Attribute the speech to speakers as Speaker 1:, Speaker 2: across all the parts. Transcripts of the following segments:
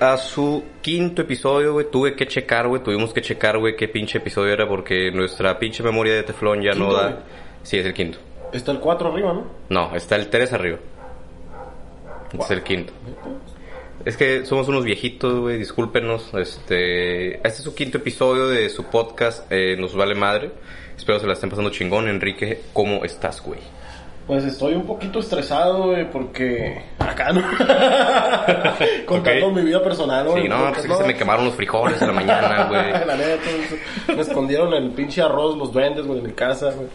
Speaker 1: a su quinto episodio, güey, tuve que checar, güey, tuvimos que checar, güey, qué pinche episodio era porque nuestra pinche memoria de teflón ya no
Speaker 2: ¿Quinto,
Speaker 1: da.
Speaker 2: güey?
Speaker 1: Sí, es el quinto.
Speaker 2: Está el 4 arriba, ¿no?
Speaker 1: No, está el 3 arriba. Este Es el quinto. Es que somos unos viejitos, güey, discúlpenos. Este, este es su quinto episodio de su podcast, eh, Nos Vale Madre. Espero se la estén pasando chingón. Enrique, ¿cómo estás, güey?
Speaker 2: Pues estoy un poquito estresado, güey, porque... Acá, ¿no? Contando
Speaker 1: Ok.
Speaker 2: mi vida personal, güey.
Speaker 1: Sí, no,
Speaker 2: porque
Speaker 1: pues es que se me quemaron los frijoles en la mañana, güey.
Speaker 2: La neta, pues, me escondieron el pinche arroz, los duendes, güey, en mi casa, güey.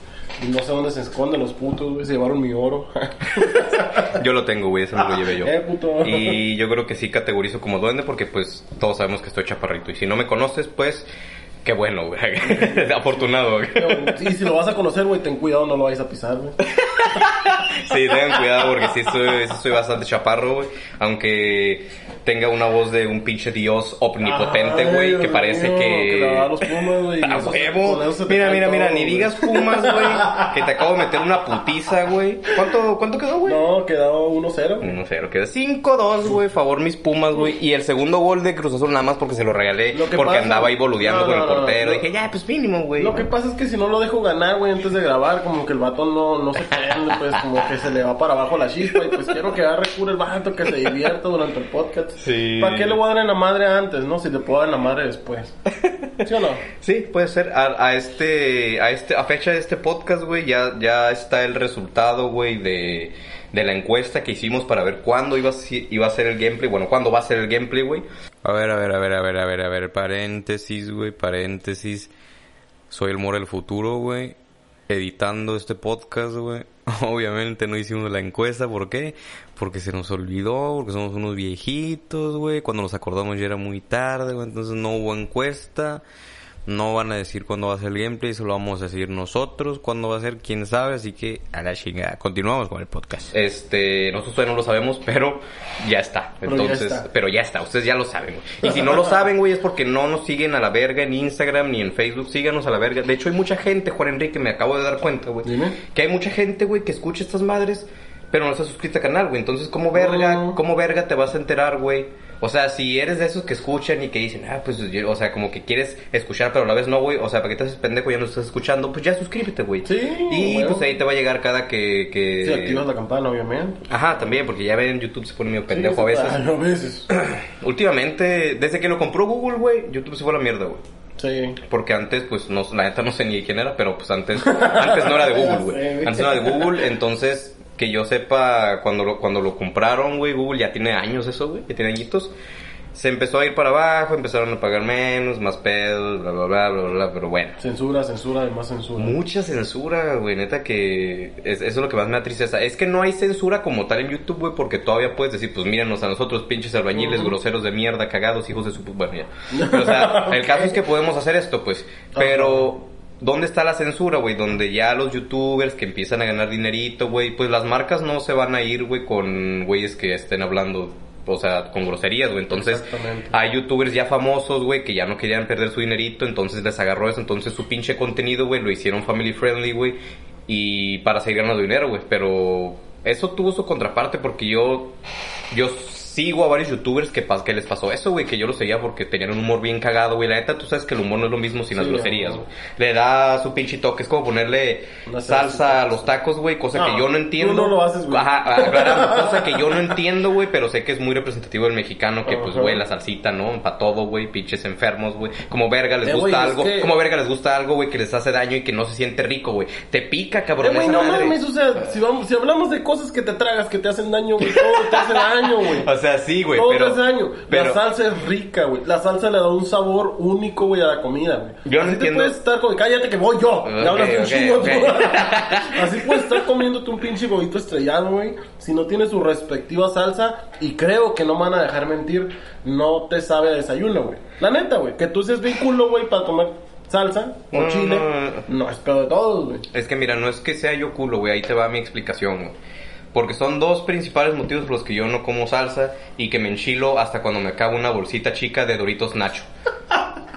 Speaker 2: Y No sé dónde se esconden los putos, güey. Se llevaron mi oro.
Speaker 1: Yo lo tengo, güey, eso me lo llevé yo.
Speaker 2: Eh, puto.
Speaker 1: Y yo creo que sí categorizo como duende porque pues todos sabemos que estoy chaparrito. Y si no me conoces, pues qué bueno, güey. Afortunado, güey.
Speaker 2: y si lo vas a conocer, güey, ten cuidado, no lo vayas a pisar, güey.
Speaker 1: Sí, tengan cuidado porque sí soy, sí soy bastante chaparro, güey. Aunque tenga una voz de un pinche dios omnipotente,
Speaker 2: Ay,
Speaker 1: güey, que
Speaker 2: Dios
Speaker 1: parece
Speaker 2: mío, que le va a
Speaker 1: que...
Speaker 2: los Pumas, güey, y
Speaker 1: ¡A
Speaker 2: eso-
Speaker 1: huevo!
Speaker 2: con eso se te
Speaker 1: Mira,
Speaker 2: cae
Speaker 1: mira,
Speaker 2: todo,
Speaker 1: mira, ni
Speaker 2: güey.
Speaker 1: digas Pumas, güey, que te acabo de meter una putiza, güey. ¿Cuánto, cuánto quedó, güey?
Speaker 2: No, quedó 1-0. güey.
Speaker 1: No sé, lo queda 5-2, güey, favor mis Pumas, güey. Y el segundo gol de Cruz Azul nada más porque se lo regalé,
Speaker 2: Lo que
Speaker 1: porque
Speaker 2: pasa-
Speaker 1: andaba ahí boludeando
Speaker 2: No,
Speaker 1: con
Speaker 2: no,
Speaker 1: el
Speaker 2: no,
Speaker 1: portero.
Speaker 2: no.
Speaker 1: Dije, ya, pues mínimo, güey.
Speaker 2: Lo que pasa es que si no lo dejo ganar, güey, antes de grabar, como que el vato no, no se prende, pues como que se le va para abajo la chispa y pues quiero que agarre cura el vato, que se divierta durante el podcast.
Speaker 1: Sí.
Speaker 2: ¿Para qué le voy a dar en la madre antes, no? Si le puedo dar en la madre después. ¿Sí o no?
Speaker 1: Sí, puede ser. A, a este, a este, a fecha de este podcast, güey, ya, ya está el resultado, güey, de, de la encuesta que hicimos para ver cuándo iba a, si- iba a ser el gameplay. Bueno, cuándo va a ser el gameplay, güey. A ver, a ver, a ver, a ver, a ver, a ver. Paréntesis, güey, paréntesis. Soy el Mora del Futuro, güey. Editando este podcast, güey. Obviamente no hicimos la encuesta, ¿por qué? Porque se nos olvidó, porque somos unos viejitos, güey. Cuando nos acordamos ya era muy tarde, güey. Entonces no hubo encuesta. No van a decir cuándo va a ser el gameplay, solo vamos a decir nosotros cuándo va a ser, quién sabe, así que a la chingada. Continuamos con el podcast. Este, nosotros todavía no lo sabemos, pero ya está.
Speaker 2: Pero ya
Speaker 1: Entonces,
Speaker 2: está.
Speaker 1: pero ya está, ustedes ya lo saben. güey. Y si no lo saben, güey, es porque no nos siguen a la verga en Instagram ni en Facebook, síganos a la verga. De hecho, hay mucha gente, Juan Enrique, me acabo de dar cuenta, güey.
Speaker 2: Dime.
Speaker 1: Que hay mucha gente, güey, que escucha estas madres, pero no está suscrita al canal, güey. Entonces, ¿cómo verga,
Speaker 2: No.
Speaker 1: cómo verga te vas a enterar, güey? O sea, si eres de esos que escuchan y que dicen, ah, pues, yo- o sea, como que quieres escuchar, pero a la vez no, güey. O sea, ¿para qué te haces pendejo? Ya no estás escuchando. Pues ya suscríbete, güey.
Speaker 2: Sí,
Speaker 1: Y
Speaker 2: güey.
Speaker 1: pues ahí te va a llegar cada que... que...
Speaker 2: Si activas la campana, obviamente.
Speaker 1: Ajá, también, porque ya ven, en YouTube se pone medio pendejo
Speaker 2: Sí,
Speaker 1: a veces.
Speaker 2: ay, a veces.
Speaker 1: Últimamente, desde que lo compró Google, güey, YouTube se fue a la mierda, güey.
Speaker 2: Sí.
Speaker 1: Porque antes, pues, no, la neta no sé ni quién era, pero pues antes, antes no era de Google,
Speaker 2: Ya sé,
Speaker 1: güey.
Speaker 2: güey.
Speaker 1: Antes no era de Google, entonces, que yo sepa, cuando lo, cuando lo compraron, güey, Google ya tiene años eso, güey, ya tiene añitos. Se empezó a ir para abajo, empezaron a pagar menos, más pedos, bla, bla, bla, bla, bla, pero bueno.
Speaker 2: Censura, censura y más censura. Eh,
Speaker 1: Mucha censura, güey, neta que es, eso es lo que más me da tristeza. Es que no hay censura como tal en YouTube, güey, porque todavía puedes decir, pues míranos a nosotros, pinches albañiles,
Speaker 2: Ujú.
Speaker 1: groseros de mierda, cagados, hijos de su... pu- Bueno, ya. Pero, o sea, el caso es que podemos hacer esto, pues. Pero, ¿dónde está la censura, güey? Donde ya los youtubers que empiezan a ganar dinerito, güey, pues las marcas no se van a ir, güey, con güeyes que estén hablando... O sea, con groserías, güey. Entonces,
Speaker 2: Exactamente.
Speaker 1: hay youtubers ya famosos, güey, que ya no querían perder su dinerito, entonces les agarró eso, entonces su pinche contenido, güey, lo hicieron family friendly, güey, y para seguir ganando dinero, güey, pero eso tuvo su contraparte porque yo yo sigo a varios youtubers que pas- que les pasó eso, güey, que yo lo seguía porque tenían un humor bien cagado, güey, la neta tú sabes que el humor no es lo mismo sin las
Speaker 2: Sí,
Speaker 1: groserías,
Speaker 2: no.
Speaker 1: güey. Le da su pinche toque, es como ponerle
Speaker 2: Una
Speaker 1: salsa
Speaker 2: salsita.
Speaker 1: a los tacos, güey, cosa
Speaker 2: No,
Speaker 1: que yo no
Speaker 2: tú
Speaker 1: entiendo.
Speaker 2: no lo haces, güey.
Speaker 1: Ajá, aclarando, Ah, cosa que yo no entiendo, güey, pero sé que es muy representativo del mexicano que pues
Speaker 2: Ajá.
Speaker 1: güey, la salsita, ¿no? Para todo, güey, pinches enfermos, güey. Como verga les
Speaker 2: Eh,
Speaker 1: gusta
Speaker 2: güey, es
Speaker 1: algo,
Speaker 2: que-
Speaker 1: como verga les gusta algo, güey, que les hace daño y que no se siente rico, güey. Te pica,
Speaker 2: Eh,
Speaker 1: cabrón,
Speaker 2: güey,
Speaker 1: esa
Speaker 2: no
Speaker 1: madre.
Speaker 2: mames, o sea, si, vamos, si hablamos de cosas que te tragas, que te hacen daño, güey, todo te hace daño, güey.
Speaker 1: O sea, sí, güey,
Speaker 2: Todo
Speaker 1: pero
Speaker 2: te hace daño.
Speaker 1: pero
Speaker 2: La salsa es rica, güey. La salsa le da un sabor único, güey, a la comida, güey.
Speaker 1: Yo no
Speaker 2: Así
Speaker 1: entiendo-
Speaker 2: Te puedes estar con... Cállate que voy yo.
Speaker 1: Ok,
Speaker 2: Ya hablas de un
Speaker 1: ok,
Speaker 2: chingo, tú.
Speaker 1: ok.
Speaker 2: Así puedes estar comiéndote un pinche huevito estrellado, güey. Si no tiene su respectiva salsa, y creo que no me van a dejar mentir, no te sabe a desayuno, güey. La neta, güey. Que tú seas bien culo, güey, para comer salsa o
Speaker 1: No,
Speaker 2: chile.
Speaker 1: no,
Speaker 2: No, es pedo de todos, güey.
Speaker 1: Es que mira, no es que sea yo culo, güey, ahí te va mi explicación, güey. Porque son dos principales motivos por los que yo no como salsa y que me enchilo hasta cuando me acabo una bolsita chica de Doritos Nacho.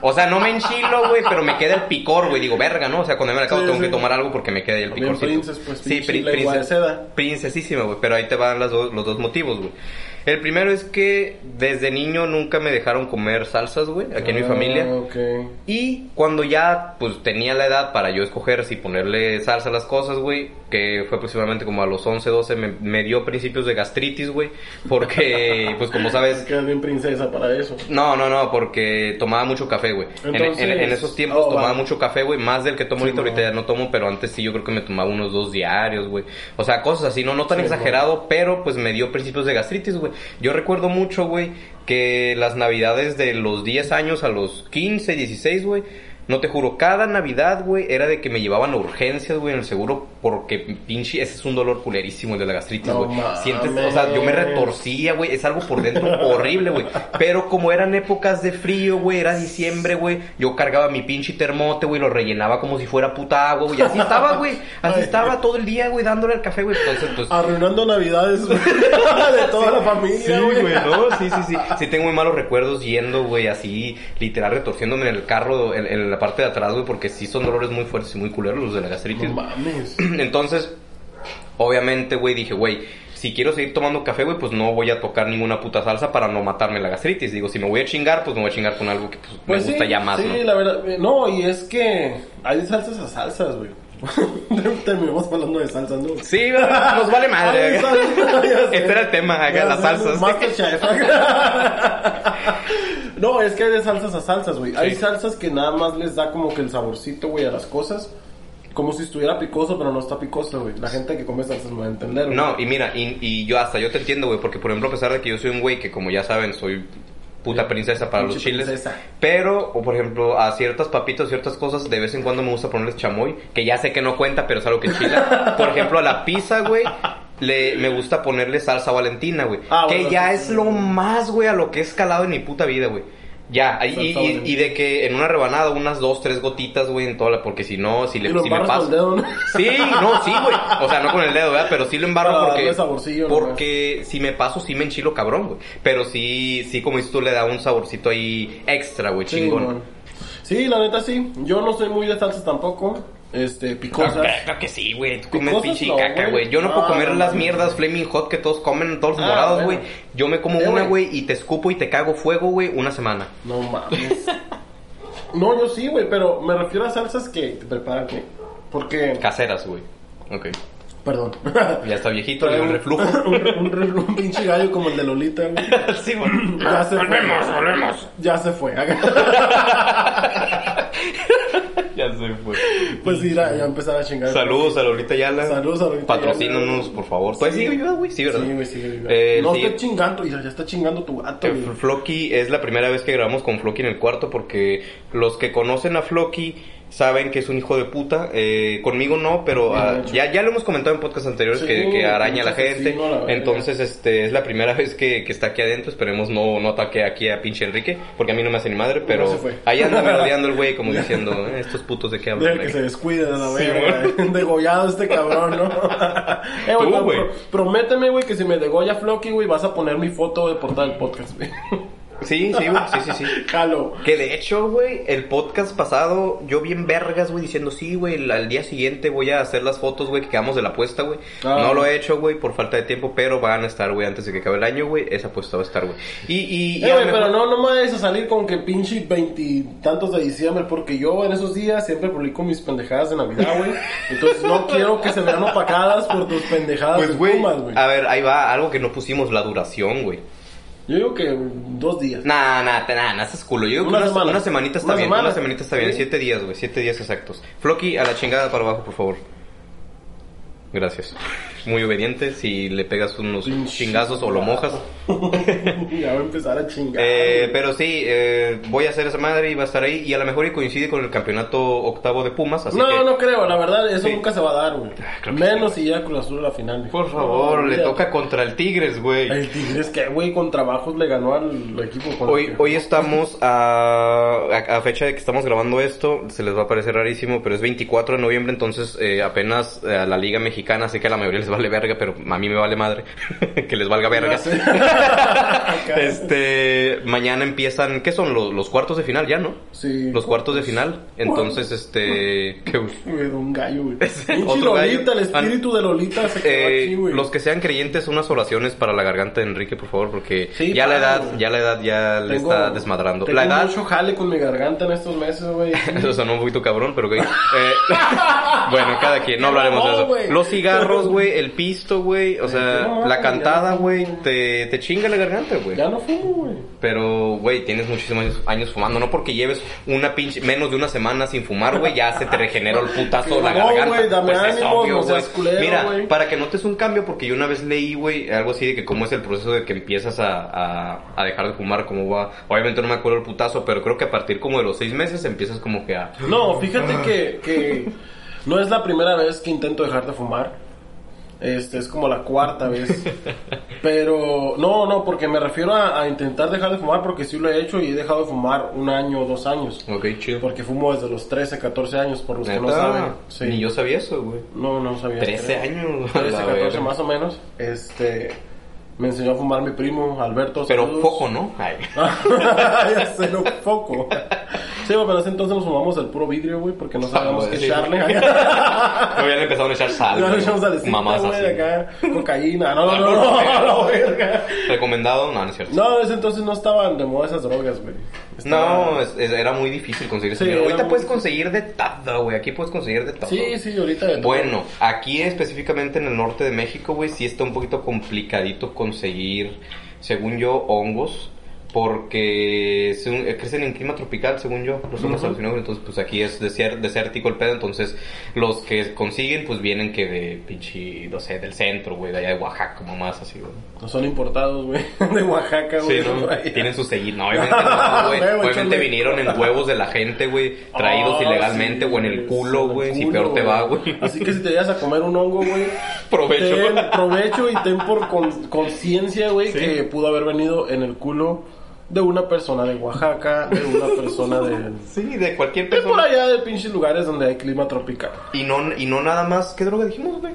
Speaker 1: O sea, no me enchilo, güey, pero me queda el picor, güey. Digo, verga, ¿no? O sea, cuando me la acabo
Speaker 2: Sí,
Speaker 1: tengo
Speaker 2: sí.
Speaker 1: que tomar algo porque me queda ahí el
Speaker 2: También
Speaker 1: picorcito.
Speaker 2: princess, pues,
Speaker 1: sí,
Speaker 2: pinche
Speaker 1: pri-
Speaker 2: lengua de
Speaker 1: princess-
Speaker 2: seda.
Speaker 1: princesísima, güey. Pero ahí te van las dos- los dos motivos, güey. El primero es que desde niño nunca me dejaron comer salsas, güey, aquí en mi
Speaker 2: Ah,
Speaker 1: familia.
Speaker 2: Ok.
Speaker 1: Y cuando ya, pues, tenía la edad para yo escoger si ponerle salsa a las cosas, güey, que fue aproximadamente como a los 11, 12, me, me dio principios de gastritis, güey, porque, pues, como
Speaker 2: Es
Speaker 1: sabes...
Speaker 2: que eres bien princesa para eso.
Speaker 1: No, no, no, porque tomaba mucho café, güey. En- en- en,
Speaker 2: Entonces-
Speaker 1: esos tiempos
Speaker 2: oh,
Speaker 1: tomaba
Speaker 2: vale.
Speaker 1: mucho café, güey, más del que tomo
Speaker 2: Sí,
Speaker 1: ahorita,
Speaker 2: no.
Speaker 1: ahorita ya no tomo, pero antes sí yo creo que me tomaba unos dos diarios, güey. O sea, cosas así, no, no tan
Speaker 2: Sí,
Speaker 1: exagerado, pero pues me dio principios de gastritis, güey. Yo recuerdo mucho, güey, que las navidades de los 10 años a los 15, 16, güey, no te juro, cada navidad, güey, era de que me llevaban a urgencias, güey, en el seguro, porque pinche, ese es un dolor culerísimo, el de la gastritis,
Speaker 2: No
Speaker 1: güey. Sientes, o sea, yo me
Speaker 2: mames.
Speaker 1: retorcí Sí, güey, es algo por dentro horrible, güey. Pero como eran épocas de frío, güey, era diciembre, güey, yo cargaba mi pinche termote, güey, lo rellenaba como si fuera puta agua, güey. Así estaba, güey. Así
Speaker 2: Ay. Ah,
Speaker 1: estaba todo el día, güey, dándole al café, güey. Entonces, pues...
Speaker 2: Arruinando navidades güey, de toda la familia, güey.
Speaker 1: ¿no? Sí, sí, sí. Sí tengo muy malos recuerdos yendo, güey, así, literal, retorciéndome en el carro, en, en la parte de atrás, güey, porque sí son dolores muy fuertes y muy culeros los de la gastritis.
Speaker 2: No
Speaker 1: güey.
Speaker 2: mames.
Speaker 1: Entonces, obviamente, güey, dije, güey, si quiero seguir tomando café, güey, pues no voy a tocar ninguna puta salsa para no matarme la gastritis. Digo, si me voy a chingar, pues me voy a chingar con algo que pues,
Speaker 2: Pues
Speaker 1: me gusta
Speaker 2: sí,
Speaker 1: ya más,
Speaker 2: sí,
Speaker 1: ¿no?
Speaker 2: la verdad. eh, No, y es que hay de salsas a salsas, güey. Terminamos hablando de salsas, ¿no?
Speaker 1: Sí, güey, nos vale madre.
Speaker 2: Ay, salsas, ya sé.
Speaker 1: Este era el tema, acá,
Speaker 2: Ya
Speaker 1: las
Speaker 2: sé,
Speaker 1: salsas.
Speaker 2: Masterchef. no, es que hay de salsas a salsas, güey. Hay
Speaker 1: Sí.
Speaker 2: salsas que nada más les da como que el saborcito, güey, a las cosas. Como si estuviera picoso, pero no está picoso, güey. La gente que come salsas me va a entender, güey.
Speaker 1: No, y mira, y, y yo hasta yo te entiendo, güey, porque por ejemplo, a pesar de que yo soy un güey que, como ya saben, soy puta princesa para los
Speaker 2: Pinche
Speaker 1: chiles,
Speaker 2: princesa.
Speaker 1: pero, o por ejemplo, a ciertas papitas, ciertas cosas, de vez en cuando me gusta ponerles chamoy, que ya sé que no cuenta, pero es algo que chila. Por ejemplo, a la pizza, güey. Le, me gusta ponerle salsa valentina, güey.
Speaker 2: Ah,
Speaker 1: que
Speaker 2: bueno,
Speaker 1: ya
Speaker 2: sí,
Speaker 1: es
Speaker 2: sí.
Speaker 1: lo más, güey, a lo que he escalado en mi puta vida, güey. Ya, y,
Speaker 2: Salsa
Speaker 1: y-
Speaker 2: valentina.
Speaker 1: y de que en una rebanada unas dos, tres gotitas, güey, en toda la... Porque si no, si,
Speaker 2: Y
Speaker 1: le,
Speaker 2: lo
Speaker 1: si me
Speaker 2: embarras
Speaker 1: paso...
Speaker 2: con el dedo, ¿no?
Speaker 1: Sí, no, sí, güey. O sea, no con el dedo, ¿verdad? Pero sí lo embarro
Speaker 2: Para
Speaker 1: porque.
Speaker 2: darle saborcillo, ¿no?
Speaker 1: porque si me paso, sí me enchilo cabrón, güey. Pero sí, sí, como dices tú, le da un saborcito ahí extra, güey,
Speaker 2: Sí, man.
Speaker 1: chingón.
Speaker 2: Sí, la neta sí. Yo no soy muy de salsas tampoco. Este,
Speaker 1: No,
Speaker 2: picosas.
Speaker 1: Claro que sí, güey. Tú comes
Speaker 2: Picosas
Speaker 1: pinche
Speaker 2: no,
Speaker 1: caca,
Speaker 2: güey.
Speaker 1: güey. Yo no puedo
Speaker 2: Ah,
Speaker 1: comer
Speaker 2: no,
Speaker 1: las
Speaker 2: no.
Speaker 1: mierdas flaming hot que todos comen, todos los
Speaker 2: Ah,
Speaker 1: morados, güey.
Speaker 2: bueno.
Speaker 1: Yo me como
Speaker 2: Eh,
Speaker 1: una,
Speaker 2: güey.
Speaker 1: güey, y te escupo y te cago fuego, güey, una semana.
Speaker 2: No mames. no, yo sí, güey, pero me refiero a salsas que te preparan, güey. Porque.
Speaker 1: Caseras, güey. Ok.
Speaker 2: Perdón.
Speaker 1: Ya está viejito, le dio un reflujo.
Speaker 2: un, un- un pinche gallo como el de Lolita, güey.
Speaker 1: sí, güey.
Speaker 2: Ya se
Speaker 1: Volvemos,
Speaker 2: fue.
Speaker 1: volvemos.
Speaker 2: Ya se fue.
Speaker 1: Ya se fue.
Speaker 2: pues sí, ya ya empezaba a chingar.
Speaker 1: Saludos a Lolita Yala.
Speaker 2: Saludos a Lolita
Speaker 1: Patrocínanos,
Speaker 2: Yala.
Speaker 1: por favor. Pues
Speaker 2: Sí.
Speaker 1: sí, ayuda, güey. Sí, ¿verdad?
Speaker 2: Sí, güey, sí, güey.
Speaker 1: Eh,
Speaker 2: no
Speaker 1: sí.
Speaker 2: estoy chingando, mira, ya está chingando tu gato,
Speaker 1: Eh,
Speaker 2: güey.
Speaker 1: Floki es la primera vez que grabamos con Floki en el cuarto porque los que conocen a Floki saben que es un hijo de puta. Eh, conmigo no, pero
Speaker 2: Bien
Speaker 1: ah,
Speaker 2: hecho.
Speaker 1: ya, ya lo hemos comentado en podcasts anteriores
Speaker 2: Sí,
Speaker 1: que, que araña a la
Speaker 2: mucho
Speaker 1: gente.
Speaker 2: asesino, la verdad.
Speaker 1: Entonces, este es la primera vez que, que está aquí adentro. Esperemos no, no ataque aquí a pinche Enrique porque a mí no me hace ni madre, pero
Speaker 2: se fue.
Speaker 1: ahí anda merodeando el güey como diciendo, "Eh, estos putos de qué hablan. eh".
Speaker 2: Deja que se descuide de la
Speaker 1: Sí,
Speaker 2: verga. Degollado este cabrón, ¿no? eh,
Speaker 1: Tú,
Speaker 2: güey, pero
Speaker 1: güey.
Speaker 2: pro- prométeme, güey, que si me degolla Flocky, güey, vas a poner mi foto de portada del podcast, güey.
Speaker 1: Sí, sí, güey, sí, sí, sí.
Speaker 2: Jalo.
Speaker 1: Que de hecho, güey, el podcast pasado, yo bien vergas, güey, diciendo, sí, güey, el- al día siguiente voy a hacer las fotos, güey, que quedamos de la apuesta, güey.
Speaker 2: Ah.
Speaker 1: No lo he hecho, güey, por falta de tiempo, pero van a estar, güey, antes de que acabe el año, güey. Esa apuesta va a estar, güey. Y, y, y
Speaker 2: Eh,
Speaker 1: a lo
Speaker 2: güey, pero
Speaker 1: mejor-
Speaker 2: no, no me vayas a salir con que pinche veintitantos de diciembre, porque yo en esos días siempre publico mis pendejadas de Navidad, güey. Entonces no quiero que se vean opacadas por tus pendejadas
Speaker 1: Pues,
Speaker 2: de
Speaker 1: güey,
Speaker 2: Pumas, güey.
Speaker 1: a ver, ahí va algo que no pusimos, la duración, güey.
Speaker 2: Yo digo que dos días.
Speaker 1: Nah, nah, te- nah, nah, estás culo. Yo digo que
Speaker 2: Una
Speaker 1: una,
Speaker 2: semana.
Speaker 1: una semanita está
Speaker 2: Una
Speaker 1: bien,
Speaker 2: semana.
Speaker 1: una semanita está bien.
Speaker 2: Sí.
Speaker 1: Siete días, güey, siete días exactos. Floki, a la chingada para abajo, por favor. Gracias. Muy obediente, si le pegas unos
Speaker 2: Pinche
Speaker 1: chingazos o lo mojas.
Speaker 2: ya voy a empezar a chingar.
Speaker 1: Eh,
Speaker 2: güey.
Speaker 1: pero sí, eh, voy a hacer esa madre y va a estar ahí. Y a lo mejor y coincide con el campeonato octavo de Pumas. Así
Speaker 2: no,
Speaker 1: que,
Speaker 2: no creo, la verdad, eso
Speaker 1: Sí.
Speaker 2: nunca se va a dar, güey.
Speaker 1: creo que
Speaker 2: Menos si llega Cruz Azul a la final. güey.
Speaker 1: Por favor,
Speaker 2: No,
Speaker 1: le
Speaker 2: mira,
Speaker 1: toca contra el Tigres, güey.
Speaker 2: El Tigres que, güey, con trabajos le ganó al equipo. con el
Speaker 1: Hoy,
Speaker 2: que-
Speaker 1: hoy estamos a, a- a fecha de que estamos grabando esto. Se les va a parecer rarísimo, pero es 24 de noviembre. Entonces, eh, apenas eh, la Liga Mexicana. Así que a la mayoría les va a vale verga, pero a mí me vale madre. que les valga verga.
Speaker 2: sé.
Speaker 1: este, mañana empiezan, ¿qué son? Los, los cuartos de final ya, ¿no?
Speaker 2: Sí.
Speaker 1: Los cuartos de final. Entonces, este... ¿qué, güey?
Speaker 2: Güey, de un gallo, güey.
Speaker 1: Ese,
Speaker 2: Pinche
Speaker 1: otro
Speaker 2: Lolita,
Speaker 1: gallo. Ah,
Speaker 2: el espíritu de Lolita se quedó
Speaker 1: Eh,
Speaker 2: aquí, güey.
Speaker 1: los que sean creyentes, unas oraciones para la garganta de Enrique, por favor, porque
Speaker 2: Sí,
Speaker 1: ya la
Speaker 2: claro.
Speaker 1: edad, ya la edad ya le
Speaker 2: Tengo-
Speaker 1: está desmadrando.
Speaker 2: Tengo
Speaker 1: La edad,
Speaker 2: mucho jale con mi garganta en estos meses, güey.
Speaker 1: eso sonó un poquito cabrón, pero que bueno, cada quien, no hablaremos de
Speaker 2: No,
Speaker 1: eso.
Speaker 2: güey.
Speaker 1: Los cigarros, güey, el pisto, güey, o sea,
Speaker 2: No,
Speaker 1: la
Speaker 2: ya
Speaker 1: cantada,
Speaker 2: no.
Speaker 1: güey, te, te chinga la garganta, güey.
Speaker 2: Ya no fumo, güey.
Speaker 1: Pero, güey, tienes muchísimos años, años fumando. No porque lleves una pinche, menos de una semana sin fumar, güey, ya se te regeneró el putazo la
Speaker 2: No,
Speaker 1: garganta.
Speaker 2: güey, dame
Speaker 1: Pues es
Speaker 2: ánimos,
Speaker 1: obvio,
Speaker 2: no
Speaker 1: güey.
Speaker 2: seas culero,
Speaker 1: Mira,
Speaker 2: güey.
Speaker 1: para que notes un cambio, porque yo una vez leí, güey, algo así de que cómo es el proceso de que empiezas a, a, a dejar de fumar, cómo va. Obviamente no me acuerdo el putazo, pero creo que a partir como de los seis meses empiezas como que a.
Speaker 2: No, fíjate que, que no es la primera vez que intento dejar de fumar. Este, es como la cuarta vez. Pero, no, no, porque me refiero a, a intentar dejar de fumar porque sí lo he hecho y he dejado de fumar un año o dos años.
Speaker 1: Ok, chido.
Speaker 2: Porque fumo desde los 13, 14 años, por los que no
Speaker 1: Neta,
Speaker 2: saben. Sí.
Speaker 1: Ni yo sabía eso, güey.
Speaker 2: No, no sabía.
Speaker 1: 13
Speaker 2: creo.
Speaker 1: años. a
Speaker 2: 13,
Speaker 1: la
Speaker 2: 14
Speaker 1: verga.
Speaker 2: más o menos. Este, me enseñó a fumar mi primo, Alberto.
Speaker 1: Pero
Speaker 2: saludos.
Speaker 1: poco, ¿no? Ay.
Speaker 2: ya sé, no, poco. Sí, güey, pero en ese entonces nos fumamos el puro vidrio, güey, porque no sabíamos
Speaker 1: Ah,
Speaker 2: qué
Speaker 1: güey, sí.
Speaker 2: echarle.
Speaker 1: Me habían empezado a echar sal.
Speaker 2: Ya le
Speaker 1: güey.
Speaker 2: echamos salecita,
Speaker 1: Mamás
Speaker 2: güey,
Speaker 1: así.
Speaker 2: acá, cocaína. No, no, no, no, a la verga.
Speaker 1: Recomendado, no, no es cierto.
Speaker 2: No, en ese entonces no estaban de moda esas drogas, güey. Estaba-
Speaker 1: No, es- es- era muy difícil conseguir ese
Speaker 2: Sí,
Speaker 1: dinero.
Speaker 2: era
Speaker 1: Ahorita
Speaker 2: muy-
Speaker 1: puedes conseguir de todo, güey. Aquí puedes conseguir de todo.
Speaker 2: Sí, sí, ahorita de todo.
Speaker 1: Bueno, aquí específicamente en el norte de México, güey, sí está un poquito complicadito conseguir, según yo, hongos. Porque es un- eh, crecen en clima tropical, según yo, los hongos
Speaker 2: Ujú.
Speaker 1: alucinógenos. Entonces, pues aquí es desier- desértico el pedo. Entonces, los que consiguen, pues vienen que de pinche, no sé, del centro, güey, de allá de Oaxaca, como más así, güey.
Speaker 2: No son importados, güey, de Oaxaca,
Speaker 1: Sí,
Speaker 2: güey.
Speaker 1: ¿no?
Speaker 2: por ahí.
Speaker 1: Tienen sus sellitos. No, obviamente no, güey.
Speaker 2: Huevo,
Speaker 1: Obviamente
Speaker 2: échale.
Speaker 1: vinieron en huevos de la gente, güey. Traídos
Speaker 2: Ah,
Speaker 1: ilegalmente
Speaker 2: sí,
Speaker 1: o en el culo,
Speaker 2: en el
Speaker 1: güey. Si
Speaker 2: culo,
Speaker 1: peor te va, güey.
Speaker 2: Así que si te llegas a comer un hongo, güey.
Speaker 1: Provecho.
Speaker 2: Ten provecho y ten por con- conciencia, güey,
Speaker 1: Sí.
Speaker 2: que pudo haber venido en el culo de una persona de Oaxaca, de una persona de.
Speaker 1: Sí, de cualquier
Speaker 2: de por
Speaker 1: persona.
Speaker 2: allá de pinches lugares donde hay clima tropical.
Speaker 1: Y no, y no nada más. ¿Qué droga dijimos, güey?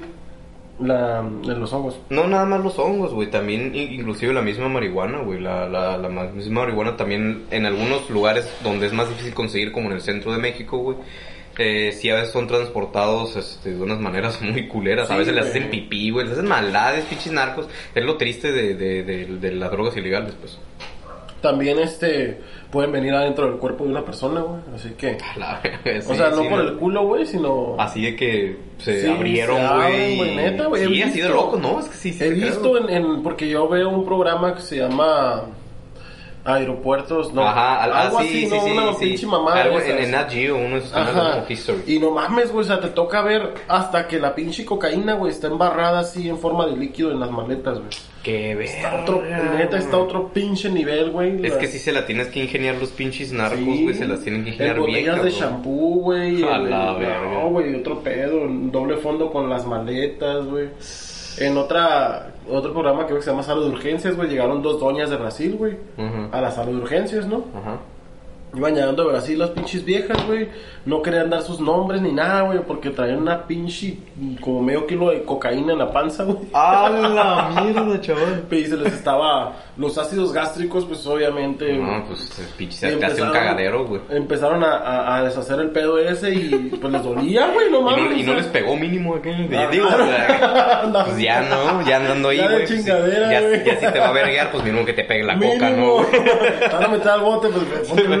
Speaker 2: La, de los hongos.
Speaker 1: No nada más los hongos, güey. También, i- inclusive la misma marihuana, güey. La, la, la ma- misma marihuana también en algunos lugares donde es más difícil conseguir, como en el centro de México, güey. Eh, sí, a veces son transportados este, de unas maneras muy culeras. a
Speaker 2: Sí,
Speaker 1: veces les
Speaker 2: güey.
Speaker 1: hacen pipí, güey. Les hacen maldades, pinches narcos. Es lo triste de, de, de, de las drogas ilegales, pues.
Speaker 2: También este pueden venir adentro del cuerpo de una persona, güey. Así que.
Speaker 1: La-
Speaker 2: o
Speaker 1: sí,
Speaker 2: sea, no
Speaker 1: sí,
Speaker 2: por el culo, güey, sino.
Speaker 1: Así de que se
Speaker 2: Sí, se
Speaker 1: abrieron,
Speaker 2: abren,
Speaker 1: güey.
Speaker 2: güey, neta, güey, he
Speaker 1: Sí, así de
Speaker 2: visto.
Speaker 1: loco, ¿no? Es que sí, sí.
Speaker 2: He
Speaker 1: te creo.
Speaker 2: visto en, en- porque yo veo un programa que se llama Aeropuertos, no,
Speaker 1: Ajá, al- ah,
Speaker 2: algo
Speaker 1: sí,
Speaker 2: así,
Speaker 1: sí,
Speaker 2: no,
Speaker 1: sí,
Speaker 2: una
Speaker 1: sí.
Speaker 2: pinche mamada
Speaker 1: Algo
Speaker 2: de
Speaker 1: en,
Speaker 2: esas.
Speaker 1: en Nat Geo, uno de esos canales
Speaker 2: Ajá.
Speaker 1: como History.
Speaker 2: Y no mames, güey, o sea, te toca ver hasta que la pinche cocaína, güey, está embarrada así en forma de líquido en las maletas, güey.
Speaker 1: Qué verga.
Speaker 2: Otro, neta, está otro pinche nivel, güey.
Speaker 1: Es
Speaker 2: la-
Speaker 1: que sí se la tienes que ingeniar los pinches narcos,
Speaker 2: Sí.
Speaker 1: güey. Se las tienen que ingeniar
Speaker 2: En
Speaker 1: bien.
Speaker 2: botellas de
Speaker 1: cabrón.
Speaker 2: shampoo, güey.
Speaker 1: A
Speaker 2: en-
Speaker 1: la
Speaker 2: no,
Speaker 1: verga.
Speaker 2: güey, otro pedo. en Doble fondo con las maletas, güey. En otra, otro programa que creo que se llama Sala de Urgencias, güey, llegaron dos doñas de Brasil, güey.
Speaker 1: Ujú.
Speaker 2: A la sala de urgencias, ¿no?
Speaker 1: Ajá.
Speaker 2: Iban llegando de Brasil las pinches viejas, güey. No querían dar sus nombres ni nada, güey, porque traían una pinche como medio kilo de cocaína en la panza, güey.
Speaker 1: A la mierda, chaval.
Speaker 2: Y se les estaba los ácidos gástricos, pues obviamente.
Speaker 1: No, pues el pinche se
Speaker 2: Y
Speaker 1: te hace un
Speaker 2: empezaron-
Speaker 1: cagadero, güey.
Speaker 2: Empezaron a, a- a deshacer el pedo ese y pues les dolía, güey, no
Speaker 1: Y
Speaker 2: mames.
Speaker 1: no, y
Speaker 2: o
Speaker 1: no
Speaker 2: sea.
Speaker 1: les pegó mínimo aquel. día.
Speaker 2: Ah,
Speaker 1: digo,
Speaker 2: claro.
Speaker 1: o sea,
Speaker 2: No.
Speaker 1: pues ya no, ya andando ahí,
Speaker 2: Ya de
Speaker 1: güey. pues, sí,
Speaker 2: chingadera,
Speaker 1: ya,
Speaker 2: güey.
Speaker 1: ya si te va a verguear, pues mínimo que te pegue la coca, ¿no?
Speaker 2: Mínimo.
Speaker 1: güey?
Speaker 2: Te Van a meter al bote, pues ponte un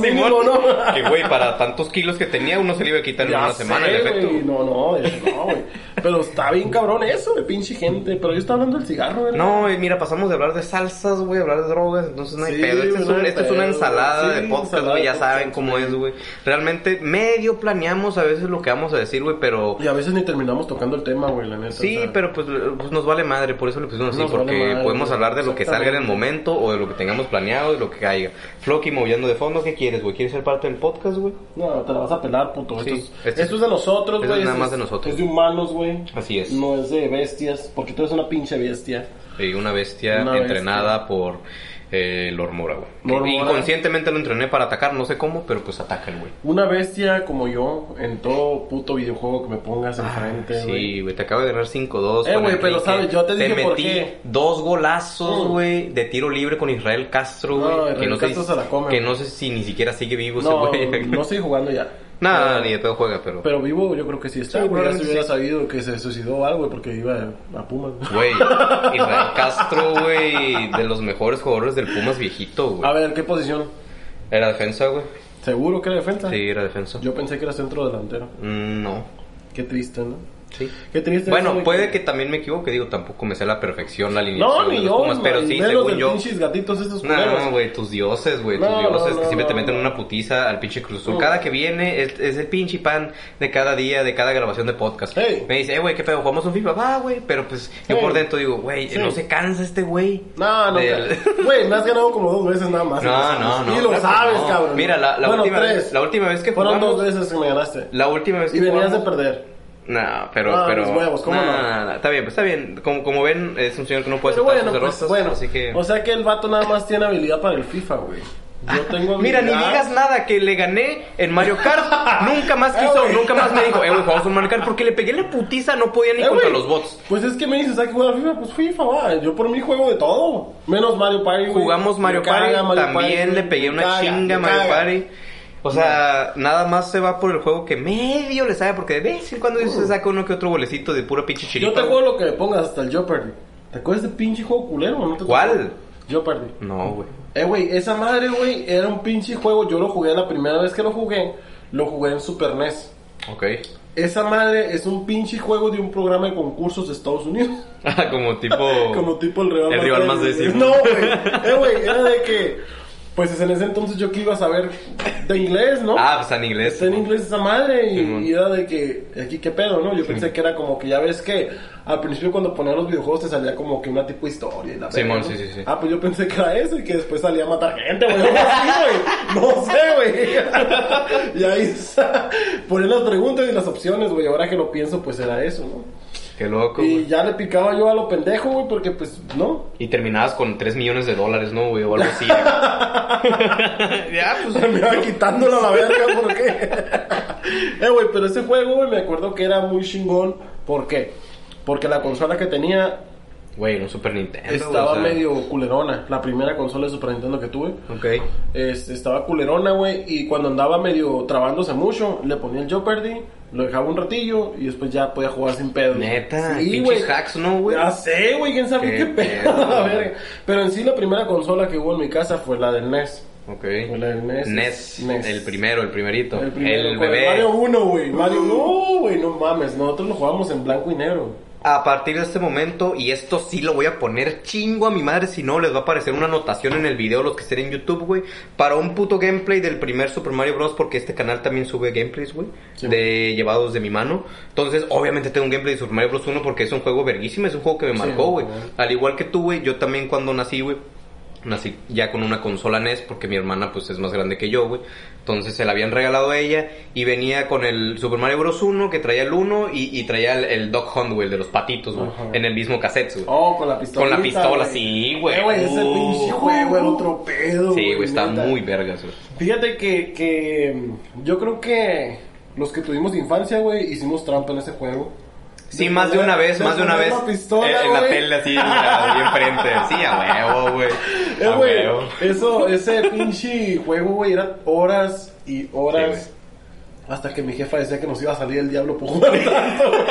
Speaker 1: Simón.
Speaker 2: mínimo, ¿no?
Speaker 1: Que güey, para tantos kilos que tenía, uno se le iba a quitar en
Speaker 2: Ya
Speaker 1: una
Speaker 2: sé,
Speaker 1: semana, el
Speaker 2: güey.
Speaker 1: efecto.
Speaker 2: No, no, de- no, güey. Pero está bien cabrón eso, de pinche gente. Pero yo estaba hablando del cigarro, güey.
Speaker 1: No, y mira, pasamos de hablar de salsas, güey, a hablar de drogas, entonces no hay
Speaker 2: Sí,
Speaker 1: pedo. Este es
Speaker 2: no
Speaker 1: un-
Speaker 2: hay
Speaker 1: Esto es una
Speaker 2: pedo,
Speaker 1: ensalada
Speaker 2: sí,
Speaker 1: de podcast,
Speaker 2: ensalada
Speaker 1: güey,
Speaker 2: de
Speaker 1: ya
Speaker 2: podcast,
Speaker 1: saben cómo
Speaker 2: güey.
Speaker 1: es, güey. Realmente medio planeamos a veces lo que vamos a decir, güey, pero...
Speaker 2: Y a veces ni terminamos tocando el tema, güey, la neta.
Speaker 1: Sí,
Speaker 2: o sea.
Speaker 1: pero pues, eh, pues nos vale madre, por eso le pusimos así,
Speaker 2: Nos vale
Speaker 1: porque
Speaker 2: madre,
Speaker 1: podemos
Speaker 2: güey,
Speaker 1: hablar de lo que salga en el
Speaker 2: exactamente.
Speaker 1: momento o de lo que tengamos planeado, de lo que caiga. Floki moviendo de fondo, ¿qué quieres, güey? ¿Quieres ser parte del podcast, güey?
Speaker 2: No, te la vas a pelar, puto.
Speaker 1: Sí,
Speaker 2: esto, es,
Speaker 1: este-
Speaker 2: esto es de nosotros,
Speaker 1: esto
Speaker 2: güey.
Speaker 1: es nada
Speaker 2: esto
Speaker 1: más de nosotros.
Speaker 2: Es de humanos, güey.
Speaker 1: Así es.
Speaker 2: No es de bestias, porque tú eres una pinche bestia.
Speaker 1: Eh, una bestia
Speaker 2: Una
Speaker 1: entrenada por eh, Lord Mora, güey.
Speaker 2: Lord
Speaker 1: Que
Speaker 2: Mora.
Speaker 1: Inconscientemente lo entrené para atacar, no sé cómo, pero pues ataca el güey.
Speaker 2: Una bestia como yo en todo puto videojuego que me pongas enfrente, güey.
Speaker 1: Ah, Sí, güey, te acabo de ganar 5-2.
Speaker 2: Eh,
Speaker 1: con
Speaker 2: güey, pero
Speaker 1: Enrique.
Speaker 2: sabes, yo te dije
Speaker 1: metí
Speaker 2: por qué.
Speaker 1: dos golazos,
Speaker 2: Mm.
Speaker 1: güey, de tiro libre con Israel Castro, güey.
Speaker 2: No,
Speaker 1: que
Speaker 2: Israel
Speaker 1: no sé,
Speaker 2: Castro se la come,
Speaker 1: que
Speaker 2: güey.
Speaker 1: no sé si ni siquiera sigue vivo
Speaker 2: No,
Speaker 1: ese güey.
Speaker 2: no estoy jugando ya.
Speaker 1: Nada,
Speaker 2: Pero-
Speaker 1: ni de todo juega, pero.
Speaker 2: Pero vivo yo creo que sí está,
Speaker 1: Sí,
Speaker 2: güey. Ya se
Speaker 1: probablemente
Speaker 2: hubiera
Speaker 1: sí.
Speaker 2: sabido que se suicidó o algo, güey, porque iba a Pumas.
Speaker 1: Güey, Israel Castro, güey, de los mejores jugadores del Pumas viejito,
Speaker 2: A
Speaker 1: güey.
Speaker 2: ver, ¿qué posición?
Speaker 1: Era defensa, güey.
Speaker 2: ¿Seguro que era defensa?
Speaker 1: Sí, era defensa.
Speaker 2: Yo pensé que era centro delantero.
Speaker 1: Mm, No.
Speaker 2: Qué triste, ¿no?
Speaker 1: Sí.
Speaker 2: Qué triste. eso,
Speaker 1: Bueno,
Speaker 2: güey,
Speaker 1: puede que también me equivoque, digo, tampoco me sé a la perfección la alineación de
Speaker 2: No, ni
Speaker 1: los
Speaker 2: yo,
Speaker 1: Pumas, pero
Speaker 2: güey,
Speaker 1: sí,
Speaker 2: menos
Speaker 1: según
Speaker 2: de
Speaker 1: yo.
Speaker 2: pinches gatitos esos culeros.
Speaker 1: No, güey, tus dioses, güey, tus
Speaker 2: No,
Speaker 1: dioses
Speaker 2: no,
Speaker 1: que
Speaker 2: no,
Speaker 1: siempre te
Speaker 2: no,
Speaker 1: meten
Speaker 2: no.
Speaker 1: una putiza al pinche Cruz Azul.
Speaker 2: No.
Speaker 1: Cada que viene es, es el pinche pan de cada día, de cada grabación de podcast.
Speaker 2: Ey.
Speaker 1: Me dice, eh, güey, qué pedo, jugamos un FIFA, va, güey. Pero pues yo
Speaker 2: Ey.
Speaker 1: por dentro digo, güey,
Speaker 2: Sí.
Speaker 1: no se cansa este güey.
Speaker 2: No, no,
Speaker 1: Del-
Speaker 2: güey, me has ganado como dos veces nada más.
Speaker 1: No, no, no.
Speaker 2: Y lo
Speaker 1: claro que
Speaker 2: sabes,
Speaker 1: no.
Speaker 2: cabrón.
Speaker 1: Mira, la, la
Speaker 2: Bueno,
Speaker 1: última
Speaker 2: tres.
Speaker 1: vez, la última vez que
Speaker 2: Fueron dos
Speaker 1: jugamos,
Speaker 2: veces que me ganaste.
Speaker 1: la última vez que
Speaker 2: Y venías de
Speaker 1: jugamos-
Speaker 2: perder.
Speaker 1: No, pero,
Speaker 2: Ah,
Speaker 1: pero.
Speaker 2: mis huevos, ¿cómo
Speaker 1: Nah,
Speaker 2: no?
Speaker 1: nah, nah, está bien, pues está bien. Como, como ven, es un señor que no puede
Speaker 2: Pero
Speaker 1: aceptar
Speaker 2: bueno,
Speaker 1: sus
Speaker 2: pues,
Speaker 1: derrotas,
Speaker 2: bueno.
Speaker 1: así que.
Speaker 2: O sea que el vato nada más tiene habilidad para el FIFA, güey. Yo tengo
Speaker 1: Mira, ni
Speaker 2: habilidad-
Speaker 1: digas nada que le gané en Mario Kart. nunca más
Speaker 2: Eh,
Speaker 1: quiso,
Speaker 2: güey.
Speaker 1: nunca más me dijo, eh, güey, jugamos un Mario Kart porque le pegué la putiza, no podía ni
Speaker 2: Eh,
Speaker 1: contra
Speaker 2: güey,
Speaker 1: los bots.
Speaker 2: Pues es que me dices, ¿a qué juega FIFA? Pues FIFA, va. Yo por mí juego de todo. Menos Mario Party, güey.
Speaker 1: Jugamos
Speaker 2: Me
Speaker 1: Mario Party,
Speaker 2: caga Mario
Speaker 1: también
Speaker 2: Party,
Speaker 1: le
Speaker 2: güey.
Speaker 1: pegué
Speaker 2: Me
Speaker 1: una
Speaker 2: caga,
Speaker 1: chinga a
Speaker 2: me
Speaker 1: Mario
Speaker 2: caga.
Speaker 1: Party. O sea, nada más se va por el juego que medio le sabe, porque de vez en cuando
Speaker 2: Uh.
Speaker 1: se saca uno que otro bolecito de puro pinche chiripa.
Speaker 2: Yo te juego lo que me pongas hasta el Jeopardy. ¿Te acuerdas de pinche juego culero? o ¿No te
Speaker 1: ¿Cuál? Mm.
Speaker 2: acuerdas? Jeopardy.
Speaker 1: No, güey.
Speaker 2: Eh, güey, esa madre, güey, era un pinche juego. Yo lo jugué la primera vez que lo jugué, lo jugué en Super NES.
Speaker 1: Ok.
Speaker 2: Esa madre es un pinche juego de un programa de concursos de Estados Unidos.
Speaker 1: Ah, como tipo.
Speaker 2: Como tipo el rival
Speaker 1: El
Speaker 2: más
Speaker 1: rival más
Speaker 2: débil,
Speaker 1: décimo.
Speaker 2: güey. No, güey. Eh, güey, era de que. Pues en ese entonces yo que iba a saber de inglés, ¿no?
Speaker 1: Ah, pues en inglés.
Speaker 2: Está en inglés esa madre y,
Speaker 1: Simón.
Speaker 2: y era de que, aquí qué pedo, ¿no? Yo pensé que era como que ya ves que al principio cuando ponía los videojuegos te salía como que una tipo historia y la verga,
Speaker 1: Simón,
Speaker 2: ¿no?
Speaker 1: sí, sí, sí.
Speaker 2: Ah, pues yo pensé que era eso y que después salía a matar gente, güey. Algo así, güey. No sé, güey. y ahí poner las preguntas y las opciones, güey. Ahora que lo pienso, pues era eso, ¿no?
Speaker 1: Qué loco,
Speaker 2: Y
Speaker 1: güey.
Speaker 2: ya le picaba yo a lo pendejo, güey, porque pues, ¿no?
Speaker 1: Y terminabas con 3 millones de dólares, ¿no, güey? O algo así. ya, pues.
Speaker 2: Me iba quitándola a la verga, ¿por qué? eh, güey, pero ese juego, güey, me acuerdo que era muy chingón. ¿Por qué? Porque la consola que tenía
Speaker 1: Güey, un Super Nintendo. güey,
Speaker 2: estaba
Speaker 1: o sea.
Speaker 2: medio culerona. La primera consola de Super Nintendo que tuve.
Speaker 1: Ok.
Speaker 2: es- estaba culerona, güey. Y cuando andaba medio trabándose mucho, le ponía el Jeopardy, lo dejaba un ratillo y después ya podía jugar sin pedo.
Speaker 1: Neta,
Speaker 2: sí,
Speaker 1: pinches
Speaker 2: güey.
Speaker 1: hacks, ¿no, güey?
Speaker 2: Ya sé, güey, quién sabe
Speaker 1: Qué
Speaker 2: qué, pedo.
Speaker 1: pedo,
Speaker 2: la
Speaker 1: güey.
Speaker 2: verga. Pero en sí, la primera consola que hubo en mi casa fue la del E NES.
Speaker 1: Ok. E
Speaker 2: Hola, el E NES. NES.
Speaker 1: El primero, el primerito. El,
Speaker 2: primero, con
Speaker 1: bebé. Mm.
Speaker 2: Mario 1, güey. Mario, no, güey, no mames. Nosotros lo jugábamos en blanco y negro.
Speaker 1: A partir de este momento, y esto sí lo voy a poner chingo a mi madre, si no les va a aparecer una anotación en el video, los que estén en YouTube, güey, para un puto gameplay del primer Super Mario Bros. Porque este canal también sube gameplays, güey,
Speaker 2: Sí.
Speaker 1: de llevados de mi mano. Entonces, obviamente tengo un gameplay de Super Mario Bros. 1 porque es un juego verguísimo, es un juego que me
Speaker 2: Sí,
Speaker 1: marcó, güey.
Speaker 2: güey.
Speaker 1: Al igual que tú, güey, yo también cuando nací, güey, nací ya con una consola NES porque mi hermana pues es más grande que yo, güey. Entonces se la habían regalado a ella y venía con el Super Mario Bros. 1 que traía el 1 y, y traía el, el Dog Hunt, güey, el de los patitos, güey,
Speaker 2: Ajá.
Speaker 1: en el mismo cassette, güey.
Speaker 2: Oh, con la pistola.
Speaker 1: Con la pistola, sí, güey.
Speaker 2: Eh, güey, ese
Speaker 1: Uh.
Speaker 2: pinche juego era otro pedo.
Speaker 1: sí, güey, está
Speaker 2: neta.
Speaker 1: muy vergas, güey.
Speaker 2: Fíjate que, que mm, yo creo que los que tuvimos infancia, güey, hicimos trampa en ese juego.
Speaker 1: Sí, más de una vez, más de una
Speaker 2: poner
Speaker 1: vez. eh,
Speaker 2: la pistola,
Speaker 1: en, en la
Speaker 2: güey.
Speaker 1: tele así, ahí enfrente. Sí, a huevo, güey.
Speaker 2: Eh,
Speaker 1: A
Speaker 2: güey,
Speaker 1: huevo.
Speaker 2: eso, ese pinche juego, güey, eran horas y horas.
Speaker 1: Sí,
Speaker 2: hasta que mi jefa decía que nos iba a salir el diablo por jugar tanto, güey.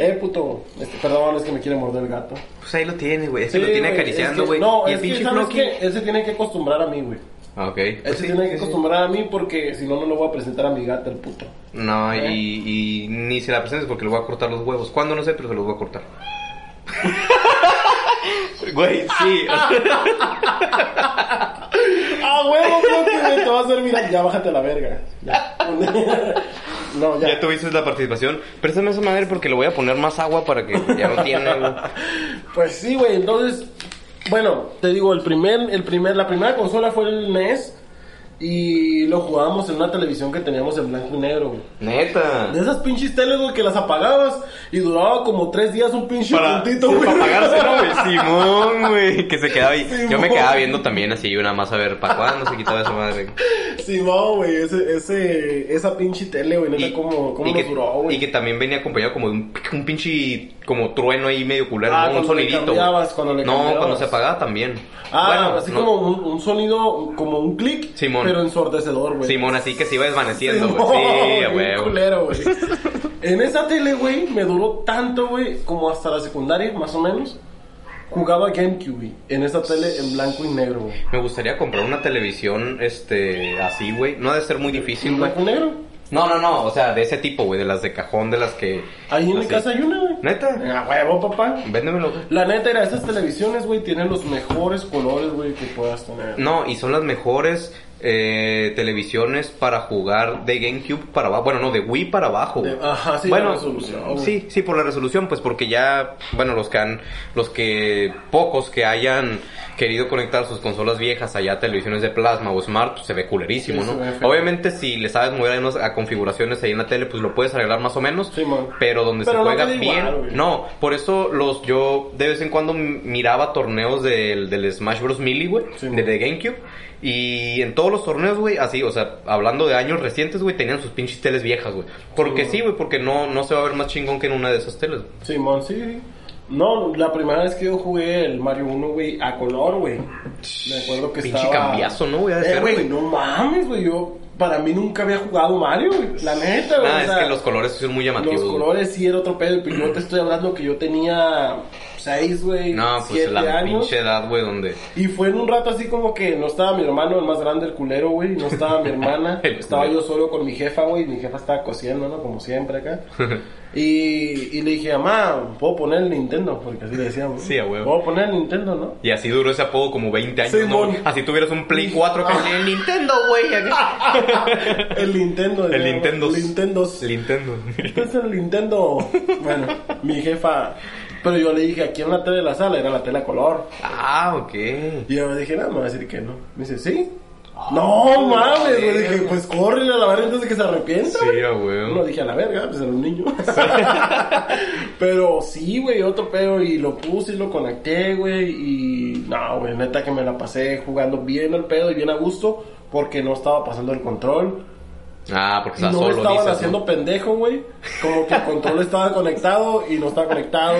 Speaker 2: eh, puto. este, perdón, es que me quiere morder el gato.
Speaker 1: Pues ahí lo tiene, güey. Ese lo tiene
Speaker 2: güey,
Speaker 1: acariciando,
Speaker 2: es
Speaker 1: güey.
Speaker 2: que- No,
Speaker 1: y
Speaker 2: es
Speaker 1: el pinche
Speaker 2: que, ¿sabes
Speaker 1: Floki.
Speaker 2: qué? Él se tiene que acostumbrar a mí, güey.
Speaker 1: Ah, Ok.
Speaker 2: Él
Speaker 1: Pues
Speaker 2: se
Speaker 1: sí,
Speaker 2: tiene
Speaker 1: sí,
Speaker 2: que
Speaker 1: sí.
Speaker 2: acostumbrar a mí porque si no, no lo voy a presentar a mi gata, el puto.
Speaker 1: No,
Speaker 2: ¿Eh?
Speaker 1: y, y ni se la presentes porque le voy a cortar los huevos. ¿Cuándo? No sé, pero se los voy a cortar. Güey, sí.
Speaker 2: ¡Ah, huevo, Floki, güey! Te va a hacer, mira, ya bájate a la verga. Ya. no, ya.
Speaker 1: ya tuviste la participación. Préstame esa madre porque le voy a poner más agua para que ya no tiene. güey.
Speaker 2: Pues sí, güey, entonces, bueno, te digo, el primer, el primer, la primera consola fue el NES E Y lo jugábamos en una televisión que teníamos en blanco y negro, güey.
Speaker 1: Neta.
Speaker 2: De esas pinches teles, güey, que las apagabas y duraba como tres días un pinche
Speaker 1: Para,
Speaker 2: puntito, güey.
Speaker 1: para pagarse, ¿no, güey? Simón, güey. Que se quedaba ahí. Yo me
Speaker 2: Simón.
Speaker 1: quedaba viendo también así, una más a ver para cuándo se quitaba esa madre.
Speaker 2: Simón, güey, ese, ese, esa pinche tele, güey, neta, cómo, cómo
Speaker 1: y
Speaker 2: nos
Speaker 1: que,
Speaker 2: duró, güey.
Speaker 1: y que también venía acompañado como de un, un pinche como trueno ahí medio culero,
Speaker 2: Ah,
Speaker 1: ¿no? un
Speaker 2: cuando le
Speaker 1: sonidito.
Speaker 2: cambiabas, cuando le
Speaker 1: no,
Speaker 2: cambiabas.
Speaker 1: cuando se apagaba también.
Speaker 2: Ah,
Speaker 1: Bueno,
Speaker 2: así
Speaker 1: no.
Speaker 2: como un, un sonido, como un clic,
Speaker 1: Simón.
Speaker 2: pero ensordecedor, güey.
Speaker 1: Simón, así que se iba desvaneciendo,
Speaker 2: Simón,
Speaker 1: güey. Sí, a
Speaker 2: bien
Speaker 1: huevo.
Speaker 2: culero, güey. En esa tele, güey, me duró tanto, güey, como hasta la secundaria, más o menos. Jugaba GameCube, güey, en esa tele en blanco y negro, güey.
Speaker 1: Me gustaría comprar una televisión, este, así, güey. No ha de ser muy difícil,
Speaker 2: ¿En
Speaker 1: güey.
Speaker 2: blanco y negro?
Speaker 1: No, no, no, o sea, de ese tipo, güey, de las de cajón, de las que...
Speaker 2: Ahí en mi
Speaker 1: así.
Speaker 2: casa hay Eh. una, güey.
Speaker 1: ¿Neta?
Speaker 2: A huevo, papá.
Speaker 1: Véndemelo, güey.
Speaker 2: La neta era, esas televisiones, güey, tienen los mejores colores, güey, que puedas tener.
Speaker 1: No, y son las mejores eh, televisiones para jugar de GameCube para abajo. Bueno, no, de Wii para abajo.
Speaker 2: De-
Speaker 1: güey.
Speaker 2: ajá, sí, la
Speaker 1: bueno,
Speaker 2: resolución, güey.
Speaker 1: Sí, sí, por la resolución, pues porque ya, bueno, los que han, los que, pocos que hayan querido conectar sus consolas viejas allá a televisiones de plasma o smart, pues, se ve culerísimo,
Speaker 2: Sí,
Speaker 1: ¿no?
Speaker 2: se ve feo.
Speaker 1: Obviamente, si le sabes mover a unos- a configuraciones ahí en la tele, pues lo puedes arreglar más o menos.
Speaker 2: Sí, man.
Speaker 1: pero donde
Speaker 2: Pero
Speaker 1: se
Speaker 2: no
Speaker 1: juega
Speaker 2: queda
Speaker 1: bien.
Speaker 2: igual, güey.
Speaker 1: no, por eso los, yo de vez en cuando m- miraba torneos del, del Smash Bros. Melee, güey,
Speaker 2: Sí,
Speaker 1: de-
Speaker 2: man.
Speaker 1: de GameCube. Y en todos los torneos, güey, así, o sea, hablando de años recientes, güey, tenían sus pinches teles viejas, güey. Porque
Speaker 2: Sí,
Speaker 1: sí, güey, porque no, no se va a ver más chingón que en una de esas teles. güey.
Speaker 2: Simón, sí. No, la primera vez que yo jugué el Mario 1, güey, a color, güey. Me acuerdo que
Speaker 1: Pinche
Speaker 2: estaba...
Speaker 1: cambiazo, ¿no, güey? Ha de
Speaker 2: Eh,
Speaker 1: ser,
Speaker 2: güey,
Speaker 1: güey.
Speaker 2: no mames, güey. Yo, para mí nunca había jugado Mario, güey. La neta, güey.
Speaker 1: Nada,
Speaker 2: o
Speaker 1: es
Speaker 2: sea,
Speaker 1: que los colores son muy llamativos.
Speaker 2: los
Speaker 1: güey.
Speaker 2: colores sí era otro pedo. Pero yo te estoy hablando que yo tenía seis, güey,
Speaker 1: No, pues
Speaker 2: siete
Speaker 1: la
Speaker 2: años.
Speaker 1: pinche edad, güey, donde.
Speaker 2: Y fue en un rato así como que no estaba mi hermano, el más grande, el culero, güey. No estaba mi hermana.
Speaker 1: El
Speaker 2: estaba
Speaker 1: culero.
Speaker 2: yo solo con mi jefa, güey. Mi jefa estaba cosiendo, ¿no? Como siempre acá. Y, y le dije, mamá, ¿puedo poner el Nintendo? Porque así le decíamos.
Speaker 1: Sí, a huevo.
Speaker 2: ¿Puedo poner el Nintendo, no?
Speaker 1: Y así duró ese apodo como 20 años, ¿no?
Speaker 2: Simón.
Speaker 1: güey? Así tuvieras un Play 4 que tenía el Nintendo, güey.
Speaker 2: Ah.
Speaker 1: acá.
Speaker 2: El Nintendo.
Speaker 1: El
Speaker 2: decíamos.
Speaker 1: Nintendo.
Speaker 2: Nintendo.
Speaker 1: El Nintendo.
Speaker 2: Este es el Nintendo. Bueno, mi jefa. Pero yo le dije, aquí en la tele de la sala era la tele a color.
Speaker 1: Ah, ok.
Speaker 2: Y yo le dije, no, me va a decir que no. Me dice, ¿sí? No mames, güey. Le Dije, pues córrele a la verga antes de que se arrepienta.
Speaker 1: Sí,
Speaker 2: güey".
Speaker 1: a huevo.
Speaker 2: No dije a la verga, pues era un niño. Pero sí, güey, otro pedo. Y lo puse y lo conecté, güey. Y no, güey, neta que me la pasé jugando bien al pedo y bien a gusto. Porque no estaba pasando el control.
Speaker 1: Ah, porque
Speaker 2: Y no
Speaker 1: está solo,
Speaker 2: estaban
Speaker 1: dices, ¿no?
Speaker 2: haciendo pendejo, güey. Como que el control estaba conectado y no estaba conectado.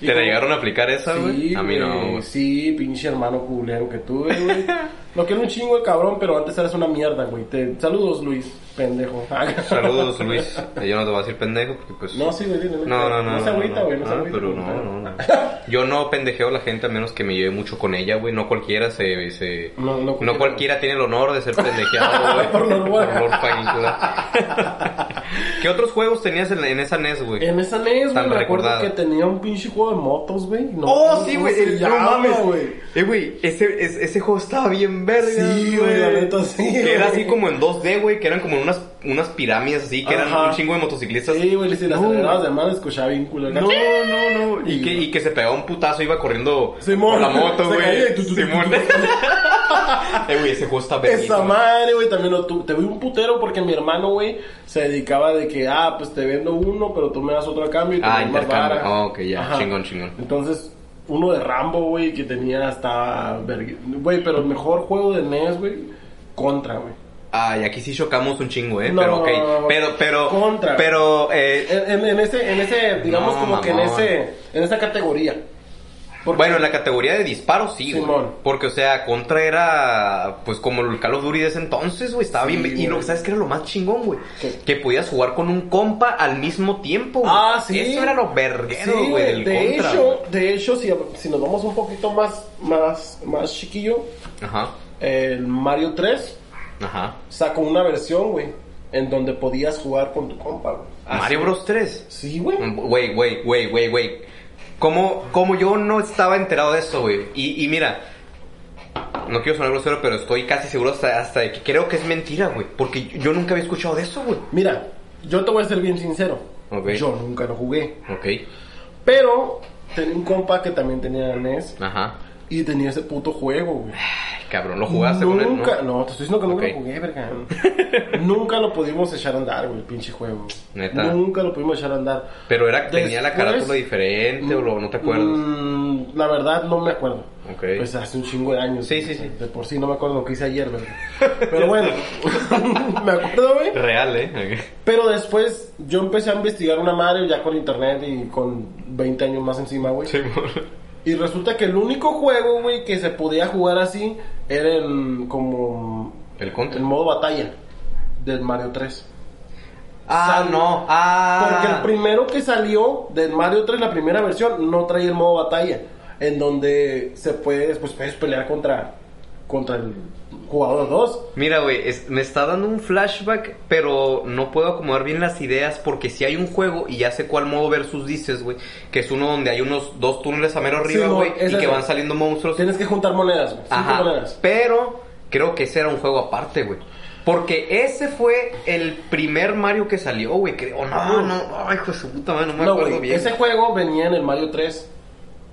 Speaker 2: Y
Speaker 1: ¿Te la
Speaker 2: como-
Speaker 1: llegaron a aplicar esa, güey?
Speaker 2: Sí,
Speaker 1: a mí no,
Speaker 2: güey,
Speaker 1: güey.
Speaker 2: Sí, pinche hermano culero que tuve, güey. Lo que era un chingo de cabrón, pero antes eras una mierda, güey. Te... Saludos, Luis, pendejo.
Speaker 1: Saludos, Luis. Eh, Yo no te voy a decir pendejo porque pues...
Speaker 2: No, sí, güey, dile,
Speaker 1: No, no, no.
Speaker 2: No se agüita, güey, no, se
Speaker 1: Ah,
Speaker 2: agüita.
Speaker 1: pero
Speaker 2: güey,
Speaker 1: no, no, no. Yo no pendejeo a la gente a menos que me lleve mucho con ella, güey. No cualquiera se... se-
Speaker 2: No, no cualquiera.
Speaker 1: cualquiera tiene el honor de ser pendejeado, güey.
Speaker 2: Por los
Speaker 1: Por
Speaker 2: huevos.
Speaker 1: los películas. ¿Qué otros juegos tenías en, la- en esa NES, güey?
Speaker 2: En esa NES,
Speaker 1: Tan
Speaker 2: güey, me acuerdo
Speaker 1: recordada.
Speaker 2: que tenía un pinche juego de motos, güey. No,
Speaker 1: Oh,
Speaker 2: no
Speaker 1: sí,
Speaker 2: sé
Speaker 1: güey.
Speaker 2: cómo E se
Speaker 1: el- No
Speaker 2: llama,
Speaker 1: mames,
Speaker 2: güey.
Speaker 1: Eh, güey, ese, es- ese juego estaba bien verga.
Speaker 2: Sí, güey, la neta, sí,
Speaker 1: Que era así
Speaker 2: güey.
Speaker 1: como en 2D, güey, que eran como unas, unas pirámides así, que eran
Speaker 2: Ajá.
Speaker 1: un chingo de motociclistas.
Speaker 2: Sí, güey, si las
Speaker 1: No.
Speaker 2: acelerabas de mano escuchaba bien culero.
Speaker 1: No, no, no. Y
Speaker 2: Sí,
Speaker 1: que,
Speaker 2: güey.
Speaker 1: y que se pegaba un putazo, iba corriendo
Speaker 2: Simón.
Speaker 1: por la moto,
Speaker 2: Se caía y
Speaker 1: güey.
Speaker 2: tu, tu, tu,
Speaker 1: Simón.
Speaker 2: tu,
Speaker 1: Eh, güey, ese juego está
Speaker 2: Esa
Speaker 1: verguísima.
Speaker 2: madre, güey, también lo tuve. Te vi un putero porque mi hermano, güey, se dedicaba de que, ah, pues te vendo uno, pero tú me das otro a cambio y te
Speaker 1: Ah,
Speaker 2: doy más
Speaker 1: intercambio.
Speaker 2: vara.
Speaker 1: Ah, ok, ya. Chingón, chingón.
Speaker 2: Entonces, uno de Rambo, güey, que tenía hasta. vergü- Güey, pero el mejor juego de NES, güey, contra, güey.
Speaker 1: Ay, aquí sí chocamos un chingo, eh.
Speaker 2: No,
Speaker 1: pero ok.
Speaker 2: no, no, no.
Speaker 1: Pero, pero.
Speaker 2: Contra.
Speaker 1: Pero, eh.
Speaker 2: En, en- en ese, en ese, digamos
Speaker 1: No,
Speaker 2: como que en
Speaker 1: mamón.
Speaker 2: ese, en esa categoría. Porque-
Speaker 1: Bueno, en la categoría de disparos sí, güey.
Speaker 2: Simón.
Speaker 1: Porque, o sea, Contra era, pues, como el Call of Duty de ese entonces, güey. Estaba
Speaker 2: Sí,
Speaker 1: bien... Y lo
Speaker 2: güey.
Speaker 1: que sabes que era lo más chingón, güey.
Speaker 2: ¿Qué?
Speaker 1: Que podías jugar con un compa al mismo tiempo, güey.
Speaker 2: Ah, sí.
Speaker 1: Eso era lo
Speaker 2: Sí,
Speaker 1: verguero, güey, del
Speaker 2: de
Speaker 1: Contra.
Speaker 2: hecho,
Speaker 1: güey.
Speaker 2: de hecho, si, si nos vamos un poquito más, más, más chiquillo,
Speaker 1: Ajá,
Speaker 2: el Mario 3
Speaker 1: ajá.
Speaker 2: sacó una versión, güey, en donde podías jugar con tu compa, güey.
Speaker 1: Mario Bros Mm. 3.
Speaker 2: Sí, güey.
Speaker 1: Güey, güey, güey, güey, güey. Como, como yo no estaba enterado de eso, güey. Y, y mira, no quiero sonar grosero, pero estoy casi seguro hasta, hasta de que creo que es mentira, güey. Porque yo nunca había escuchado de eso, güey.
Speaker 2: Mira, yo te voy a ser bien sincero.
Speaker 1: Ok.
Speaker 2: Yo nunca lo jugué.
Speaker 1: Ok,
Speaker 2: Pero tenía un compa que también tenía NES
Speaker 1: ajá.
Speaker 2: Y tenía ese puto juego, güey.
Speaker 1: Ay, cabrón, lo jugaste con él,
Speaker 2: Nunca,
Speaker 1: ¿no?
Speaker 2: no, te estoy diciendo que nunca
Speaker 1: Ok.
Speaker 2: lo jugué, verga. nunca lo pudimos echar a andar, güey, el pinche juego.
Speaker 1: Neta.
Speaker 2: Nunca lo pudimos echar a andar.
Speaker 1: Pero era que tenía la
Speaker 2: Después-
Speaker 1: carátula diferente o lo, no te acuerdas.
Speaker 2: Mm, la verdad, no me acuerdo.
Speaker 1: Ok.
Speaker 2: Pues hace un chingo de años.
Speaker 1: Sí, sí, sí.
Speaker 2: De por sí no me acuerdo lo que hice ayer, verga. Pero bueno, me acuerdo, güey.
Speaker 1: Real, ¿eh?
Speaker 2: Pero después yo empecé a investigar una madre ya con internet y con 20 años más encima, güey.
Speaker 1: Sí, mo-
Speaker 2: Y resulta que el único juego, güey, que se podía jugar así era el como
Speaker 1: El
Speaker 2: el
Speaker 1: contra.
Speaker 2: modo batalla del Mario 3.
Speaker 1: Ah,
Speaker 2: Sal-
Speaker 1: no. Ah.
Speaker 2: Porque el primero que salió del Mario 3, la primera versión, no traía el modo batalla, en donde se puede después puedes pelear contra contra el jugador 2.
Speaker 1: Mira, güey, es- me está dando un flashback, pero no puedo acomodar bien las ideas porque si hay un juego, y ya sé cuál modo versus dices, güey, que es uno donde hay unos dos túneles a mero arriba,
Speaker 2: Sí, mo-
Speaker 1: güey,
Speaker 2: es
Speaker 1: y que
Speaker 2: ese.
Speaker 1: van saliendo monstruos.
Speaker 2: Tienes que juntar monedas, güey, cinco
Speaker 1: Ajá.
Speaker 2: monedas.
Speaker 1: Pero creo que ese era un juego aparte, güey. Porque ese fue el primer Mario que salió, güey, creo. No, no, ay, hijo de su puta madre, no me
Speaker 2: Ah, No,
Speaker 1: acuerdo
Speaker 2: güey,
Speaker 1: bien.
Speaker 2: ese juego venía en el Mario 3,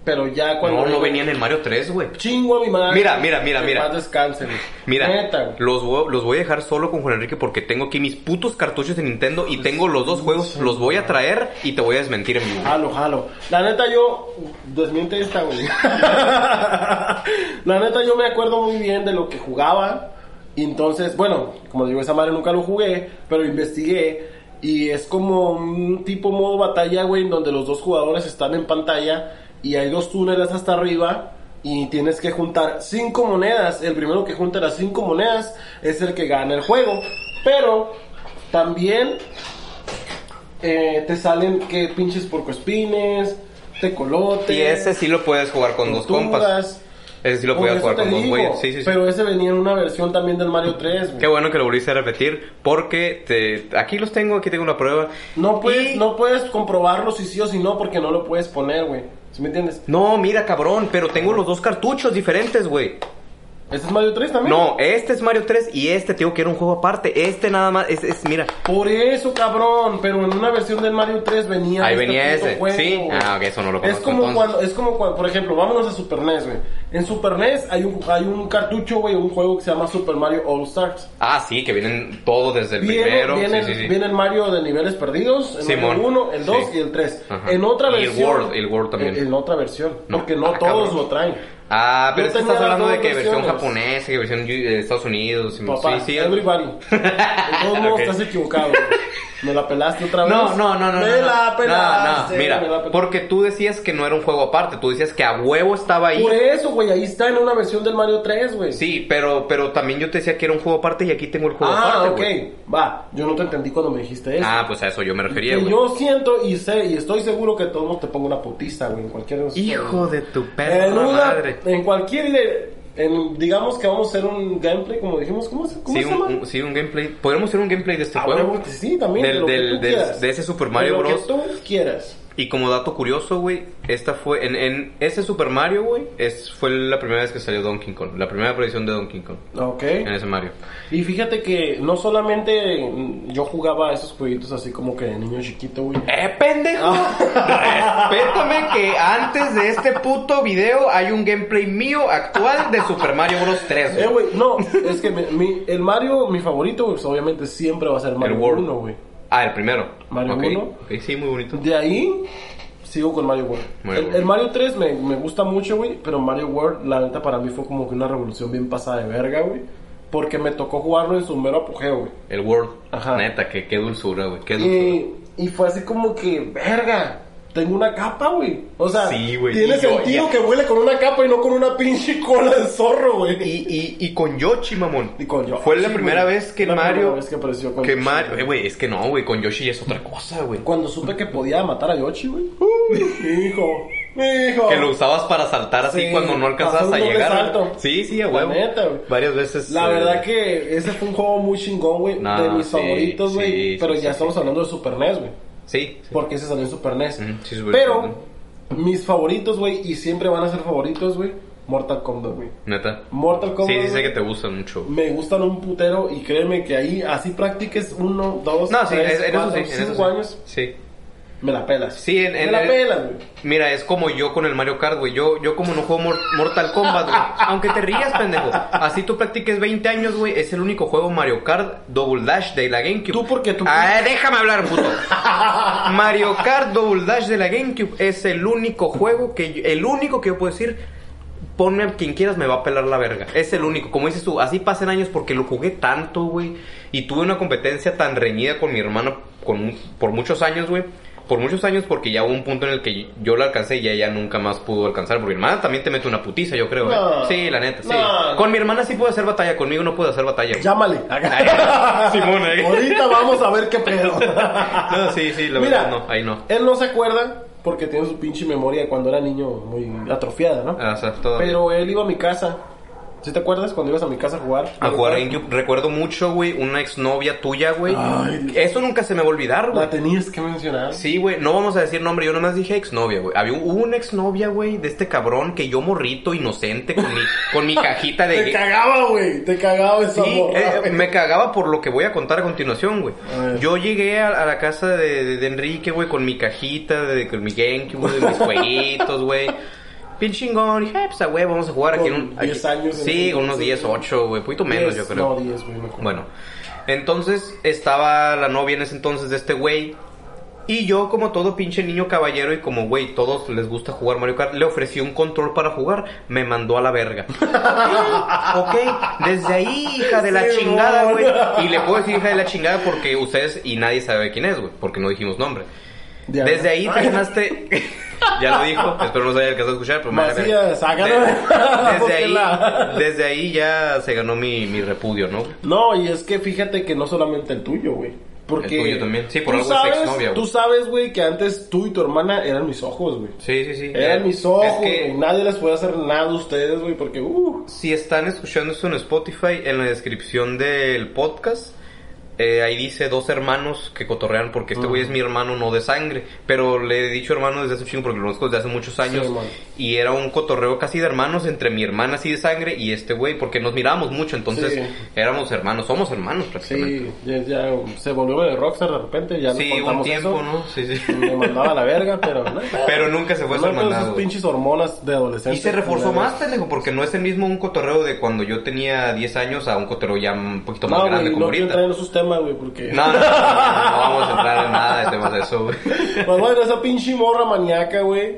Speaker 2: pero ya cuando
Speaker 1: No, no venía en el Mario 3, güey.
Speaker 2: Chingo a mi madre.
Speaker 1: Mira, mira, mira,
Speaker 2: Que
Speaker 1: mira.
Speaker 2: Más descansen.
Speaker 1: Mira,
Speaker 2: Neta, güey.
Speaker 1: los, vo- los voy a dejar solo con Juan Enrique porque tengo aquí mis putos cartuchos de Nintendo
Speaker 2: Pues
Speaker 1: y tengo los dos juegos, los voy a traer y te voy a desmentir en vivo.
Speaker 2: Jalo, jalo. La neta yo desmiente esta, güey. La neta yo me acuerdo muy bien de lo que jugaba. Y entonces, bueno, como digo, esa madre nunca lo jugué, pero investigué. Y es como un tipo modo batalla, güey, en donde los dos jugadores están en pantalla y hay dos túneles hasta arriba. Y tienes que juntar cinco monedas. El primero que junta las cinco monedas es el que gana el juego. Pero también eh, te salen que pinches porcoespines, tecolotes.
Speaker 1: Y ese sí lo puedes jugar con dos compas.
Speaker 2: tortugas.
Speaker 1: Ese sí lo
Speaker 2: Por
Speaker 1: puedes
Speaker 2: eso
Speaker 1: jugar
Speaker 2: te
Speaker 1: con dos
Speaker 2: digo,
Speaker 1: güeyes. Sí, sí, sí.
Speaker 2: Pero ese venía en una versión también del Mario 3. güey.
Speaker 1: Qué bueno que lo volviste a repetir porque te, aquí los tengo, aquí tengo una prueba.
Speaker 2: No puedes,
Speaker 1: Y-
Speaker 2: no puedes comprobarlo si sí o si no porque no lo puedes poner, güey. ¿Sí me entiendes?
Speaker 1: No, mira, cabrón, pero tengo los dos cartuchos diferentes, güey.
Speaker 2: ¿Este es Mario 3 también?
Speaker 1: No, este es Mario 3 y este, tío, que era un juego aparte. Este nada más, es, es mira,
Speaker 2: Por eso, cabrón, pero en una versión del Mario 3 venía
Speaker 1: Ahí
Speaker 2: este
Speaker 1: venía
Speaker 2: puto
Speaker 1: ese,
Speaker 2: juego,
Speaker 1: sí.
Speaker 2: güey.
Speaker 1: Ah, ok, eso no lo
Speaker 2: Es
Speaker 1: conozco,
Speaker 2: como
Speaker 1: entonces.
Speaker 2: cuando es como cuando, por ejemplo, vámonos a Super NES, güey. En Super NES hay un hay un cartucho, güey, un juego que se llama Super Mario All Stars.
Speaker 1: Ah, sí, que vienen todos desde el
Speaker 2: Viene,
Speaker 1: primero.
Speaker 2: viene,
Speaker 1: sí, sí, sí.
Speaker 2: viene el Mario de niveles perdidos, el
Speaker 1: Simón.
Speaker 2: Mario 1, el 2
Speaker 1: Sí.
Speaker 2: y el 3.
Speaker 1: Ajá.
Speaker 2: En otra
Speaker 1: Y el
Speaker 2: versión. eh,
Speaker 1: World, el World también.
Speaker 2: En, en otra versión.
Speaker 1: No.
Speaker 2: Porque no
Speaker 1: Ah,
Speaker 2: todos
Speaker 1: cabrón.
Speaker 2: lo traen.
Speaker 1: Ah, pero
Speaker 2: Yo
Speaker 1: este
Speaker 2: tenía
Speaker 1: estás
Speaker 2: las
Speaker 1: hablando de
Speaker 2: dos
Speaker 1: que versión
Speaker 2: versiones.
Speaker 1: japonesa, que versión yu- de Estados Unidos. sí,
Speaker 2: Papá,
Speaker 1: Mm, sí, sí.
Speaker 2: everybody. De todos modos
Speaker 1: Ok.
Speaker 2: estás equivocado. güey. Me la pelaste otra vez.
Speaker 1: No, no, no, no.
Speaker 2: Me
Speaker 1: no,
Speaker 2: la
Speaker 1: no,
Speaker 2: pelaste.
Speaker 1: no, no, mira,
Speaker 2: me la pelaste.
Speaker 1: porque tú decías que no era un juego aparte, tú decías que a huevo estaba ahí.
Speaker 2: Por eso, güey, ahí está en una versión del Mario 3, güey.
Speaker 1: Sí, pero, pero también yo te decía que era un juego aparte y aquí tengo el juego
Speaker 2: Ah,
Speaker 1: aparte,
Speaker 2: ok.
Speaker 1: güey.
Speaker 2: Va, yo no te entendí cuando me dijiste eso.
Speaker 1: Ah, pues a eso yo me refería,
Speaker 2: Que
Speaker 1: güey.
Speaker 2: yo siento y sé y estoy seguro que todos te pongo una putiza, güey, en cualquier
Speaker 1: Hijo de tu perra
Speaker 2: en, una-
Speaker 1: madre.
Speaker 2: Eh, en cualquier de- en- digamos que vamos a hacer un gameplay como dijimos, ¿cómo se cómo
Speaker 1: Sí
Speaker 2: se
Speaker 1: un,
Speaker 2: llama?
Speaker 1: un- sí, un gameplay. ¿Podríamos hacer un gameplay de este
Speaker 2: Ah,
Speaker 1: juego?
Speaker 2: huevo, sí, también
Speaker 1: Del-
Speaker 2: de, lo que
Speaker 1: del-
Speaker 2: tú
Speaker 1: del-
Speaker 2: quieras.
Speaker 1: de ese Super Mario
Speaker 2: De lo
Speaker 1: Bros.
Speaker 2: que tú quieras.
Speaker 1: Y como dato curioso, güey, esta fue en, en ese Super Mario, güey, es fue la primera vez que salió Donkey Kong, la primera aparición de Donkey Kong
Speaker 2: Ok.
Speaker 1: en ese Mario.
Speaker 2: Y fíjate que no solamente mm, yo jugaba esos jueguitos así como que de niño chiquito, güey.
Speaker 1: Eh, pendejo. Ah. Respétame que antes de este puto video hay un gameplay mío actual de Super Mario Bros 3. güey.
Speaker 2: Eh, güey, no, es que mi, mi- el Mario, mi favorito, pues obviamente siempre va a ser el Mario
Speaker 1: El World.
Speaker 2: 1, güey.
Speaker 1: Ah, el primero.
Speaker 2: Mario
Speaker 1: Ok,
Speaker 2: uno.
Speaker 1: ok, sí, muy bonito.
Speaker 2: De ahí sigo con Mario World.
Speaker 1: Mario
Speaker 2: el,
Speaker 1: World.
Speaker 2: el Mario 3 me, me gusta mucho, güey, pero Mario World, la neta, para mí fue como que una revolución bien pasada de verga, güey. Porque me tocó jugarlo en su mero apogeo, güey.
Speaker 1: El World.
Speaker 2: Ajá.
Speaker 1: Neta, que qué dulzura, güey, qué dulzura.
Speaker 2: Y, y fue así como que, verga, tengo una capa, güey. O sea,
Speaker 1: Sí, güey,
Speaker 2: tiene
Speaker 1: y yo-
Speaker 2: sentido
Speaker 1: ya.
Speaker 2: que huele con una capa y no con una pinche cola de zorro, güey.
Speaker 1: Y, y, y con Yoshi, mamón.
Speaker 2: Y con Yoshi,
Speaker 1: Fue la
Speaker 2: güey.
Speaker 1: primera vez que
Speaker 2: La primera
Speaker 1: Mario.
Speaker 2: vez que apareció con
Speaker 1: que
Speaker 2: Yoshi,
Speaker 1: Mario.
Speaker 2: güey.
Speaker 1: eh, Güey, es que no, güey. Con Yoshi es otra cosa, güey.
Speaker 2: Cuando supe que podía matar a Yoshi, güey. ¡uh! mi hijo, mi hijo.
Speaker 1: Que lo usabas para saltar así
Speaker 2: Sí,
Speaker 1: cuando no alcanzabas
Speaker 2: pasó un
Speaker 1: a
Speaker 2: doble
Speaker 1: llegar.
Speaker 2: salto.
Speaker 1: Sí, sí, a
Speaker 2: La
Speaker 1: huevo.
Speaker 2: neta, güey.
Speaker 1: Varias veces.
Speaker 2: La
Speaker 1: eh,
Speaker 2: verdad que ese fue un juego muy chingón, güey.
Speaker 1: No,
Speaker 2: de mis
Speaker 1: sí,
Speaker 2: favoritos, güey.
Speaker 1: sí,
Speaker 2: pero
Speaker 1: sí,
Speaker 2: ya
Speaker 1: sí,
Speaker 2: estamos hablando de Super NES, güey.
Speaker 1: Sí. sí.
Speaker 2: Porque ese salió en Super NES.
Speaker 1: Ujú, sí, Super E NES,
Speaker 2: pero mis favoritos, güey, y siempre van a ser favoritos, güey. Mortal Kombat, güey.
Speaker 1: Neta.
Speaker 2: Mortal Kombat.
Speaker 1: Sí, sí, sé
Speaker 2: güey,
Speaker 1: que te gusta mucho. güey.
Speaker 2: Me gustan un putero y créeme que ahí así practiques uno, dos,
Speaker 1: No, sí,
Speaker 2: tres,
Speaker 1: en- en eso
Speaker 2: cuatro,
Speaker 1: sí. en eso
Speaker 2: cinco
Speaker 1: sí.
Speaker 2: años.
Speaker 1: Sí.
Speaker 2: Me la pelas.
Speaker 1: Sí, en- en-
Speaker 2: Me la
Speaker 1: en-
Speaker 2: pelas, güey.
Speaker 1: Mira, es como yo con el Mario Kart, güey. Yo, yo como no juego Mor- Mortal Kombat, güey. Aunque te rías, pendejo. Así tú practiques 20 años, güey. Es el único juego Mario Kart Double Dash de la GameCube.
Speaker 2: Tú porque tú-
Speaker 1: Ah, déjame hablar, puto. Mario Kart Double Dash de la GameCube es el único juego que... yo- el único que yo puedo decir... Ponme a quien quieras, me va a pelar la verga. Es el único. Como dices tú, así pasan años porque lo jugué tanto, güey. Y tuve una competencia tan reñida con mi hermana con, mu- por muchos años, güey. Por muchos años porque ya hubo un punto en el que yo la alcancé y ella nunca más pudo alcanzar. Porque mi hermana también te mete una putiza, yo creo. güey.
Speaker 2: No.
Speaker 1: Sí, la neta, sí.
Speaker 2: No.
Speaker 1: Con mi hermana sí puedo hacer batalla, conmigo no puedo hacer batalla. güey.
Speaker 2: Llámale.
Speaker 1: Simón, eh.
Speaker 2: Ahorita vamos a ver qué pedo.
Speaker 1: No, sí, sí, la
Speaker 2: Mira,
Speaker 1: verdad no, ahí no.
Speaker 2: Él no se acuerda porque tiene su pinche memoria de cuando era niño muy atrofiada, ¿no?
Speaker 1: Ah, o sea, todavía.
Speaker 2: Pero él iba a mi casa. ¿Sí te acuerdas cuando ibas a mi casa a jugar?
Speaker 1: A jugar a GameCube. Recuerdo mucho, güey, una exnovia tuya, güey.
Speaker 2: Ay.
Speaker 1: Eso nunca se me va a olvidar, güey.
Speaker 2: La tenías que mencionar.
Speaker 1: Sí, güey, no vamos a decir nombre, yo nomás dije exnovia, güey. Había un- hubo una exnovia, güey, de este cabrón que yo morrito, inocente, con mi, con mi cajita
Speaker 2: Te
Speaker 1: de...
Speaker 2: cagaba, güey. Te cagaba esa
Speaker 1: Sí,
Speaker 2: morra,
Speaker 1: eh,
Speaker 2: güey.
Speaker 1: me cagaba por lo que voy a contar a continuación, güey.
Speaker 2: A ver.
Speaker 1: Yo llegué a, a la casa de, de- de Enrique, güey, con mi cajita, de, con mi GameCube, güey, de mis jueguitos, güey. Bien chingón, dije, "Ah, pues, a güey, vamos a jugar aquí en
Speaker 2: Con
Speaker 1: un... aquí-
Speaker 2: 10 años,
Speaker 1: Sí,
Speaker 2: entonces,
Speaker 1: unos 10,
Speaker 2: sí.
Speaker 1: 8, güey, poquito menos, yo
Speaker 2: Diez,
Speaker 1: creo.
Speaker 2: No, 10, güey. me acuerdo.
Speaker 1: Bueno, entonces estaba la novia en ese entonces de este güey. Y yo, como todo pinche niño caballero y como güey, todos les gusta jugar Mario Kart, le ofrecí un control para jugar. Me mandó a la verga. ok, desde ahí, hija de la
Speaker 2: Sí,
Speaker 1: chingada, güey.
Speaker 2: bueno.
Speaker 1: Y le puedo decir hija de la chingada porque ustedes y nadie sabe quién es, güey, porque no dijimos nombre.
Speaker 2: Diana.
Speaker 1: Desde ahí te ganaste. ya lo dijo, espero no se haya alcanzado a escuchar, pero me vale verga.
Speaker 2: Macías, sácalo.
Speaker 1: desde,
Speaker 2: Búsquela.
Speaker 1: ahí, desde ahí ya se ganó mi, mi repudio, ¿no?
Speaker 2: No, y es que fíjate que no solamente el tuyo, güey. Porque
Speaker 1: El tuyo también. Sí, por
Speaker 2: tú
Speaker 1: algo es
Speaker 2: sabes-
Speaker 1: exnovia, güey.
Speaker 2: Tú sabes, güey, que antes tú y tu hermana eran mis ojos, güey.
Speaker 1: Sí, sí, sí.
Speaker 2: Eran Eh, mis ojos,
Speaker 1: Es que
Speaker 2: güey. Nadie les puede hacer nada a ustedes, güey, porque, uh.
Speaker 1: si están escuchando esto en Spotify, en la descripción del podcast, eh, ahí dice dos hermanos que cotorrean porque
Speaker 2: Ah.
Speaker 1: este güey es mi hermano no de sangre. Pero le he dicho hermano desde hace un chingo porque lo conozco desde hace muchos años.
Speaker 2: hermano.
Speaker 1: y era un cotorreo casi de hermanos entre mi hermana así de sangre y este güey porque nos mirábamos mucho. Entonces
Speaker 2: Sí.
Speaker 1: éramos hermanos, somos hermanos prácticamente.
Speaker 2: Sí, ya, ya se volvió de rockstar de repente, ya no
Speaker 1: Sí, hubo un
Speaker 2: contamos
Speaker 1: tiempo,
Speaker 2: eso.
Speaker 1: ¿no? Sí, sí.
Speaker 2: Me mandaba a la verga, pero no.
Speaker 1: Pero nunca se fue
Speaker 2: No, todas
Speaker 1: hermanado.
Speaker 2: esas pinches hormonas de adolescente.
Speaker 1: Y se reforzó más, pendejo, porque no es el mismo un cotorreo de cuando yo tenía 10 años a un cotorreo ya un poquito más
Speaker 2: No,
Speaker 1: grande
Speaker 2: güey,
Speaker 1: como
Speaker 2: no quiero
Speaker 1: ahorita.
Speaker 2: entrar en esos temas, güey, porque...
Speaker 1: No, no, no, no, no vamos a entrar en nada de temas de eso, güey.
Speaker 2: Pues bueno, esa pinche morra maníaca, güey.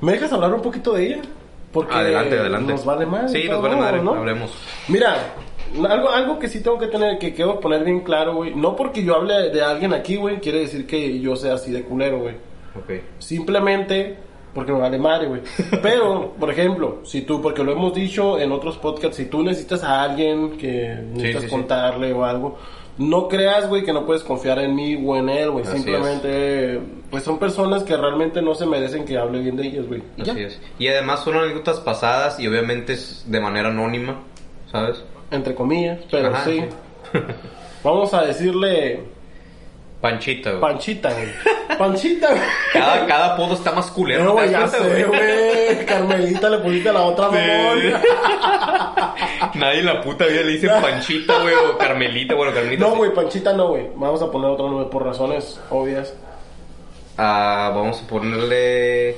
Speaker 2: ¿Me dejas hablar un poquito de ella? Porque
Speaker 1: Adelante, adelante.
Speaker 2: Nos vale madre.
Speaker 1: Sí, nos
Speaker 2: cabrón,
Speaker 1: vale madre,
Speaker 2: ¿no?
Speaker 1: hablemos.
Speaker 2: Mira, algo, algo que sí tengo que tener, que quiero poner bien claro, güey. No porque yo hable de alguien aquí, güey, quiere decir que yo sea así de culero, güey.
Speaker 1: Ok.
Speaker 2: Simplemente porque me vale madre, güey. Pero, por ejemplo, si tú, porque lo hemos dicho en otros podcasts, si tú necesitas a alguien que necesitas
Speaker 1: sí, sí.
Speaker 2: contarle o algo, no creas, güey, que no puedes confiar en mí o en él, güey.
Speaker 1: Así
Speaker 2: Simplemente, pues son personas que realmente no se merecen que hable bien de ellas, güey. Y
Speaker 1: Así
Speaker 2: ya.
Speaker 1: es. Y además son anécdotas pasadas y obviamente es de manera anónima, ¿sabes?
Speaker 2: Entre comillas, pero
Speaker 1: Ajá,
Speaker 2: sí.
Speaker 1: sí.
Speaker 2: Vamos a decirle
Speaker 1: Panchita, güey.
Speaker 2: Panchita, güey. Panchita, güey.
Speaker 1: Cada, cada apodo está más culero.
Speaker 2: No,
Speaker 1: ¿te
Speaker 2: güey, ya
Speaker 1: das cuenta,
Speaker 2: sé, güey. Carmelita le pusiste a la otra, mamón.
Speaker 1: Nadie en la puta vida le dice Panchita, güey, o Carmelita, bueno, Carmelita.
Speaker 2: No,
Speaker 1: sí.
Speaker 2: güey, Panchita no, güey. Vamos a poner otro nombre por razones obvias.
Speaker 1: Ah, vamos a ponerle.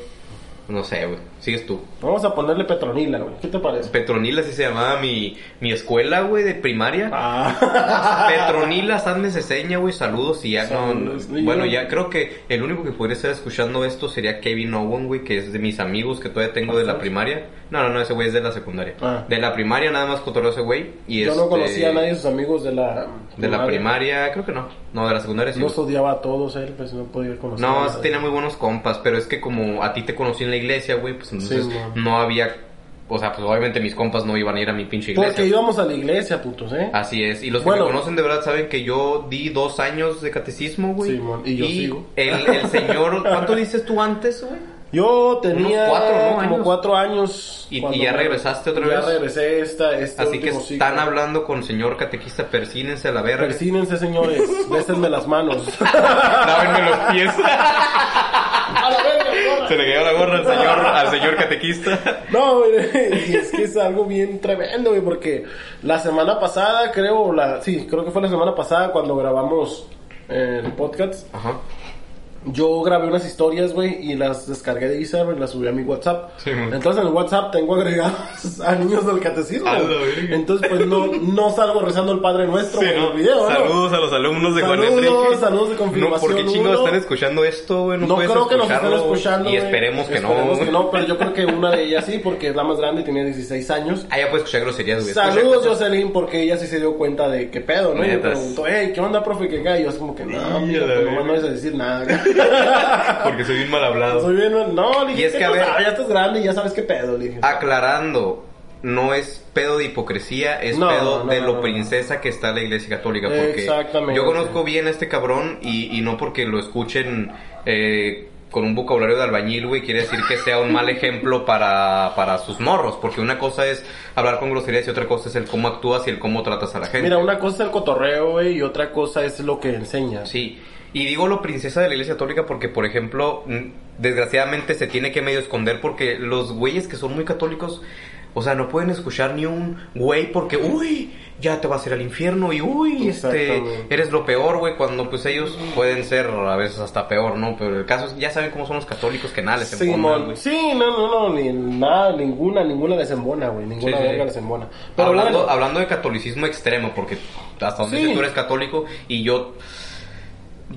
Speaker 1: No sé, güey. Sigues tú.
Speaker 2: Vamos a ponerle Petronila, güey. ¿Qué te parece?
Speaker 1: Petronila, así se llamaba mi, mi escuela, güey, de primaria.
Speaker 2: Ah.
Speaker 1: Petronila Sández Ceseña, güey, saludos y ya no,
Speaker 2: Saludos.
Speaker 1: Bueno, ya creo que el único que pudiera estar escuchando esto sería Kevin Owen, güey, que es de mis amigos que todavía tengo de la primaria. No, no, no, ese güey es de la secundaria.
Speaker 2: Ah.
Speaker 1: De la primaria nada más cotorreo ese güey. Y
Speaker 2: Yo no
Speaker 1: este,
Speaker 2: conocía a nadie de sus amigos de la...
Speaker 1: De la primaria, creo que no. No, de la secundaria sí.
Speaker 2: Los odiaba a todos él, pues no podía conocer. a
Speaker 1: No,
Speaker 2: nadie.
Speaker 1: sí tenía muy buenos compas, pero es que como a ti te conocí en la iglesia, güey, pues entonces
Speaker 2: Sí, güey.
Speaker 1: no había, o sea, pues obviamente mis compas no iban a ir a mi pinche iglesia. Ah.
Speaker 2: Porque íbamos a la iglesia, putos, ¿eh?
Speaker 1: Así es, y los
Speaker 2: Bueno.
Speaker 1: que me conocen de verdad saben que yo di dos años de catecismo, güey.
Speaker 2: Sí, mon, y yo sigo.
Speaker 1: El, el señor, ¿cuánto dices tú antes, güey?
Speaker 2: Yo tenía
Speaker 1: Unos cuatro, ¿no?
Speaker 2: como
Speaker 1: Años.
Speaker 2: cuatro años.
Speaker 1: Y- y
Speaker 2: cuando
Speaker 1: ya
Speaker 2: me-
Speaker 1: regresaste otra vez.
Speaker 2: Ya regresé esta, este
Speaker 1: Así que
Speaker 2: último ciclo.
Speaker 1: están hablando con señor catequista, persínense a la verga.
Speaker 2: Persínense, señores. Bésenme las manos.
Speaker 1: Lávenme los pies.
Speaker 2: A la verga, porra.
Speaker 1: Se le cayó la gorra al señor, al señor catequista.
Speaker 2: No, güey, y es que es algo bien tremendo, güey, porque la semana pasada, creo, la, sí, creo que fue la semana pasada cuando grabamos eh, el podcast,
Speaker 1: Ajá.
Speaker 2: yo grabé unas historias, güey, y las descargué de Instagram y las subí a mi WhatsApp.
Speaker 3: Sí, man.
Speaker 2: Entonces en el WhatsApp tengo agregados a niños del catecismo.
Speaker 3: A la
Speaker 2: güey.
Speaker 3: verga.
Speaker 2: Entonces pues no, no salgo rezando el Padre Nuestro
Speaker 3: Sí,
Speaker 2: güey, en
Speaker 3: ¿no?
Speaker 2: el video, ¿no?
Speaker 1: Saludos a los alumnos de Juan
Speaker 2: Saludos,
Speaker 1: Enrique.
Speaker 2: saludos de
Speaker 1: No,
Speaker 2: confirmación
Speaker 1: porque chingados
Speaker 2: uno.
Speaker 1: están escuchando esto, güey. No,
Speaker 2: No
Speaker 1: puedes
Speaker 2: creo que nos estén
Speaker 1: escucharlo,
Speaker 2: escuchando.
Speaker 1: Y
Speaker 2: güey.
Speaker 1: esperemos que
Speaker 2: Esperemos
Speaker 1: no.
Speaker 2: que no, pero yo creo que una de ellas sí, porque es la más grande y tenía 16 años.
Speaker 1: Ah, ya puedes escuchar groserías, güey.
Speaker 2: Saludos,
Speaker 1: Escucha-
Speaker 2: Jocelyn, porque ella sí se dio cuenta de qué pedo, ¿no? Y me
Speaker 1: Netas.
Speaker 2: preguntó, hey, ¿qué onda, profe? Que acá. Y yo, así como que,
Speaker 3: Y a la
Speaker 2: no, mija, pero
Speaker 3: verga.
Speaker 2: no vas a decir nada.
Speaker 3: Porque soy bien mal hablado.
Speaker 2: Soy bien, no, le dije,
Speaker 1: Y es
Speaker 2: "¿Qué
Speaker 1: que, a
Speaker 2: tú
Speaker 1: ver- Ah,
Speaker 2: sabes? ya estás grande y ya sabes qué pedo, le dije.
Speaker 1: Aclarando, no es pedo de hipocresía, es
Speaker 2: No,
Speaker 1: pedo
Speaker 2: no,
Speaker 1: de
Speaker 2: no,
Speaker 1: lo
Speaker 2: no, no.
Speaker 1: princesa que está la iglesia católica. Porque
Speaker 2: Exactamente.
Speaker 1: yo conozco bien a este cabrón y, y no porque lo escuchen eh, con un vocabulario de albañil, güey, quiere decir que sea un mal ejemplo para, para sus morros. Porque una cosa es hablar con groserías y otra cosa es el cómo actúas y el cómo tratas a la gente.
Speaker 2: Mira, una cosa es el cotorreo, güey, y otra cosa es lo que enseña.
Speaker 1: Sí. Y digo lo princesa de la iglesia católica porque, por ejemplo, mm, desgraciadamente se tiene que medio esconder porque los güeyes que son muy católicos, o sea, no pueden escuchar ni un güey porque, uy, ya te vas a ir al infierno y, uy, este,
Speaker 2: Exactamente.
Speaker 1: eres lo peor, güey, cuando pues ellos pueden ser a veces hasta peor, ¿no? Pero el caso es, ya saben cómo son los católicos que nada les
Speaker 2: Sí,
Speaker 1: emponan,
Speaker 2: mon.
Speaker 1: güey.
Speaker 2: sí, no, no, no, ni nada, ninguna, ninguna les embona, güey,
Speaker 1: Sí,
Speaker 2: ninguna
Speaker 1: sí,
Speaker 2: verga
Speaker 1: sí.
Speaker 2: les embona. Pero
Speaker 1: Hablando,
Speaker 2: bueno,
Speaker 1: hablando de catolicismo extremo, porque hasta donde
Speaker 2: Sí.
Speaker 1: sé tú eres católico y yo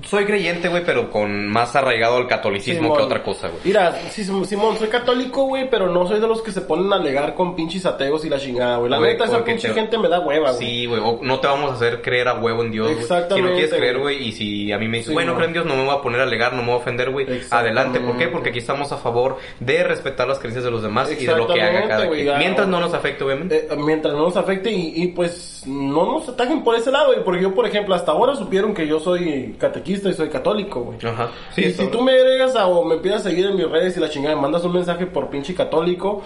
Speaker 1: soy creyente, güey, pero con más arraigado al catolicismo que
Speaker 2: Simón.
Speaker 1: otra cosa, güey.
Speaker 2: Mira, sí, Sim- Simón, soy católico, güey, pero no soy de los que se ponen a alegar con pinches ateos y la chingada, güey. La
Speaker 1: Güey,
Speaker 2: neta, esa
Speaker 1: porque
Speaker 2: pinche
Speaker 1: te-
Speaker 2: gente me da hueva, güey.
Speaker 1: Sí, güey, o no te vamos a hacer creer a huevo en Dios. güey. Si no
Speaker 2: Exactamente,
Speaker 1: quieres creer,
Speaker 2: güey.
Speaker 1: güey, y si a mí me dices,
Speaker 2: Sí,
Speaker 1: bueno,
Speaker 2: no.
Speaker 1: creo en Dios, no me voy a poner a alegar, no me voy a ofender, güey.
Speaker 2: Exactamente.
Speaker 1: Adelante, ¿por qué? Porque aquí estamos a favor de respetar las creencias de los demás y de lo que haga
Speaker 2: Exactamente,
Speaker 1: cada
Speaker 2: güey,
Speaker 1: quien.
Speaker 2: ya,
Speaker 1: Mientras no
Speaker 2: güey.
Speaker 1: nos afecte, obviamente.
Speaker 2: Eh, mientras no nos afecte y, y, pues no nos ataquen por ese lado, güey. Porque yo, por ejemplo, hasta ahora supieron que yo soy catequista y soy católico, güey.
Speaker 1: Ajá. Sí,
Speaker 2: y
Speaker 1: está
Speaker 2: si
Speaker 1: bien.
Speaker 2: tú me agregas a- o me empiezas a seguir en mis redes y la chingada, me mandas un mensaje por pinche católico,